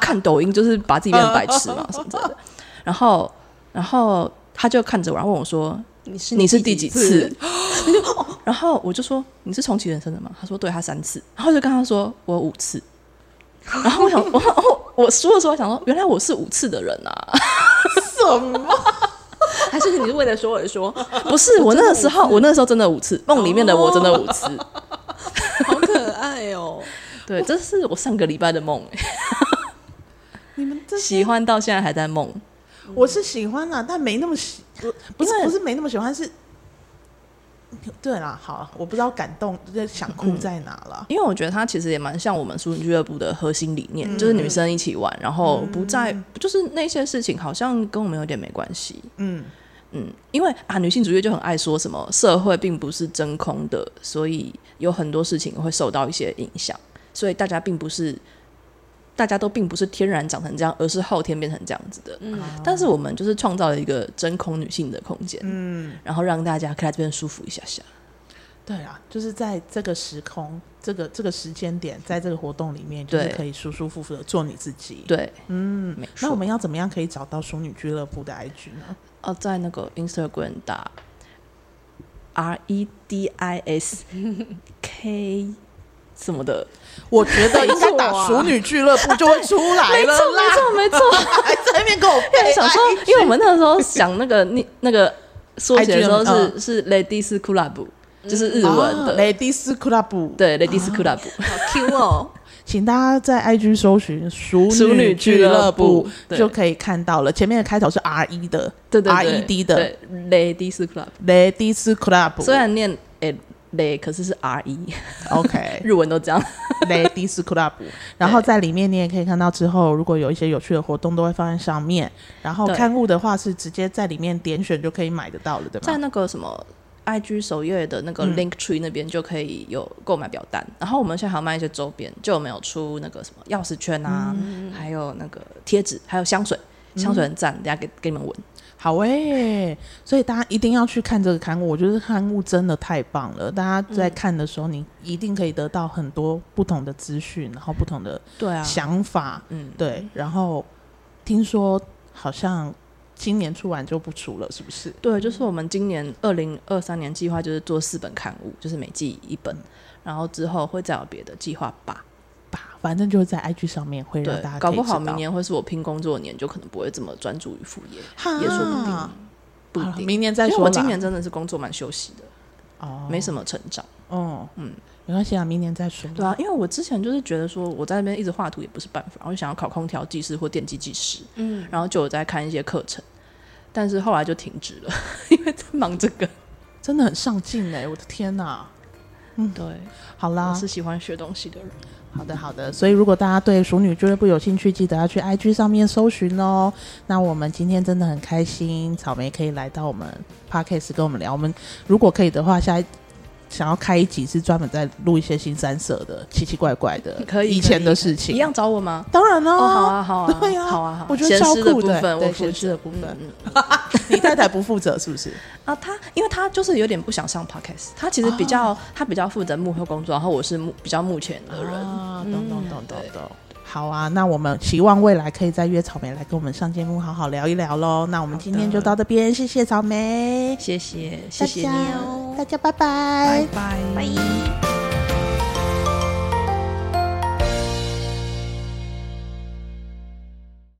Speaker 3: 看抖音就是把自己变成白痴嘛，什么之类的。然后，然后她就看着我，然后问我说：“
Speaker 1: 你是
Speaker 3: 你是第
Speaker 1: 第
Speaker 3: 几次
Speaker 1: 次？？
Speaker 3: 哦然后我就说你是重启人生的吗？他说对，他三次。然后我就跟他说我五次。然后我 想，我我我说的时候我想说，原来我是五次的人啊！
Speaker 2: 什么？
Speaker 1: 还是你是为了说而说？
Speaker 3: 不是我那个时候，我那个时候真的五次，哦梦里面的我真的五次。
Speaker 1: 好可爱哦！
Speaker 3: 对，这是我上个礼拜的梦、欸
Speaker 2: 你们这
Speaker 3: 喜欢到现在还在梦。
Speaker 2: 我是喜欢啦，但没那么喜，不不是
Speaker 3: 因为
Speaker 2: 不是没那么喜欢，是对啦。好，我不知道感动，就是想哭在哪了。
Speaker 3: 因为我觉得它其实也蛮像我们淑女俱乐部的核心理念，就是女生一起玩，然后不在，就是那些事情好像跟我们有点没关系。
Speaker 2: 嗯，
Speaker 3: 嗯，因为啊，女性主义就很爱说什么社会并不是真空的，所以有很多事情会受到一些影响，所以大家并不是，大家都并不是天然长成这样，而是后天变成这样子的。
Speaker 1: 嗯，
Speaker 3: 但是我们就是创造了一个真空女性的空间，嗯，然后让大家可以来这边舒服一下下。
Speaker 2: 对啊，就是在这个时空、这个这个时间点，在这个活动里面，就是
Speaker 3: 对
Speaker 2: 可以舒舒服服的做你自己。，
Speaker 3: 对，嗯，没
Speaker 2: 那
Speaker 3: 错
Speaker 2: 我。们要怎么样可以找到淑女俱乐部的 IG 呢？
Speaker 3: 哦，在那个 Instagram 打 R E D I S K 什么的，
Speaker 2: 我觉得应该
Speaker 1: 没错
Speaker 2: 打
Speaker 1: 啊
Speaker 2: 淑女俱乐部就会出来了
Speaker 3: 没
Speaker 2: 啦。
Speaker 3: 错，哎没错。
Speaker 2: 还在哎那边给我
Speaker 3: 因为
Speaker 2: 背
Speaker 3: 我想说
Speaker 2: IG，
Speaker 3: 因为我们那个时候想那个那那个缩写的时候
Speaker 2: IGM
Speaker 3: 是是 Ladies Club，就是日文
Speaker 2: 啊
Speaker 3: 的，
Speaker 2: Ladies Club，
Speaker 3: 对 Ladies Club。
Speaker 1: 好 Q 哦，
Speaker 2: 请大家在 IG 搜寻“熟
Speaker 3: 熟女
Speaker 2: 女
Speaker 3: 俱
Speaker 2: 俱
Speaker 3: 乐
Speaker 2: 乐部
Speaker 3: 部”对
Speaker 2: 就可以看到了。前面的开头是 R E 的，
Speaker 3: 对对
Speaker 2: R
Speaker 3: 对
Speaker 2: E D 的
Speaker 3: 对 Ladies Club，
Speaker 2: Ladies Club，
Speaker 3: 虽然念 L L，可是是 R E，
Speaker 2: OK
Speaker 3: 日文都这样。
Speaker 2: Ladies Club，然后在里面你也可以看到之后，如果有一些有趣的活动都会放在上面。然后
Speaker 3: 对
Speaker 2: 刊物的话是直接在里面点选就可以买得到了，对
Speaker 3: 在
Speaker 2: 吗？
Speaker 3: 那个什么 IG 首页的那个 Link Tree 那边就可以有购买表单，然后我们现在还有卖一些周边，就有没有出那个什么钥匙圈啊，还有那个贴纸，还有香水，香水很赞，等下给给你们闻。
Speaker 2: 好诶、所以大家一定要去看这个刊物，我觉得刊物真的太棒了。大家在看的时候，你一定可以得到很多不同的资讯，然后不同的
Speaker 3: 对啊，
Speaker 2: 想法，
Speaker 3: 嗯，
Speaker 2: 对，然后听说好像今年出完就不出了，是不是？
Speaker 3: 对，就是我们今年二零二三年计划就是做四本刊物，就是每季一本，
Speaker 2: 嗯
Speaker 3: 然后之后会再有别的计划吧。
Speaker 2: 吧，反正就是在 IG 上面会让
Speaker 3: 对
Speaker 2: 大家，
Speaker 3: 搞
Speaker 2: 可以
Speaker 3: 不
Speaker 2: 知
Speaker 3: 好明
Speaker 2: 道
Speaker 3: 年会是我拼工作年，就可能不会这么专注于副业，
Speaker 2: 哈
Speaker 3: 也说不定，不
Speaker 2: 好
Speaker 3: 一
Speaker 2: 了
Speaker 3: 定。
Speaker 2: 明年再
Speaker 3: 因为
Speaker 2: 说
Speaker 3: 我
Speaker 2: 啦。
Speaker 3: 今年真的是工作蛮休息的，
Speaker 2: 哦，
Speaker 3: 没什么成长。
Speaker 2: 哦，嗯
Speaker 3: 嗯，
Speaker 2: 没关系啊，明年再说。
Speaker 3: 对啊，因为我之前就是觉得说我在那边一直画图也不是办法，我就想要考空调技师或电机技师，
Speaker 1: 嗯，
Speaker 3: 然后就有在看一些课程，但是后来就停止了， 因为在忙这个。
Speaker 2: 真的很上进哎、我的天哪！
Speaker 3: 对，
Speaker 2: 好
Speaker 3: 我
Speaker 2: 啦
Speaker 3: 是，喜欢学东西的人。
Speaker 2: 好的好的，所以如果大家对熟女俱乐部有兴趣，记得要去 IG 上面搜寻哦。那我们今天真的很开心，草莓可以来到我们 Podcast 跟我们聊。我们如果可以的话，下一想要开一集是专门在录一些新三色的、奇奇怪怪的、
Speaker 3: 可以
Speaker 2: 以
Speaker 3: 可
Speaker 2: 前的
Speaker 3: 以
Speaker 2: 事
Speaker 3: 一
Speaker 2: 情。
Speaker 3: 样找我吗？
Speaker 2: 当然啦、
Speaker 3: 哦，好啊，好啊，
Speaker 2: 对啊
Speaker 3: 好啊，好啊
Speaker 2: 我觉得
Speaker 3: 闲
Speaker 2: 超
Speaker 3: 适的
Speaker 2: 酷
Speaker 3: 部
Speaker 2: 的
Speaker 3: 分，
Speaker 2: 对
Speaker 3: 我负
Speaker 2: 闲适
Speaker 3: 责
Speaker 2: 的部分
Speaker 3: 嗯嗯嗯
Speaker 2: 你太太不负责是 不是？
Speaker 3: 啊，他因为他就是有点不想上 podcast，他其实比较、
Speaker 2: 哦
Speaker 3: 他比较负责幕后工作，然后我是幕比较幕前的人。
Speaker 2: 啊，懂懂懂懂
Speaker 3: 对
Speaker 2: 懂。好啊，那我们希望未来可以再约草莓来跟我们上节目，好好聊一聊喽。那我们今天就到这边，谢谢草莓，
Speaker 3: 谢谢，谢谢你
Speaker 2: 大家
Speaker 3: 哦，
Speaker 2: 大家拜拜
Speaker 3: 拜拜
Speaker 1: 拜。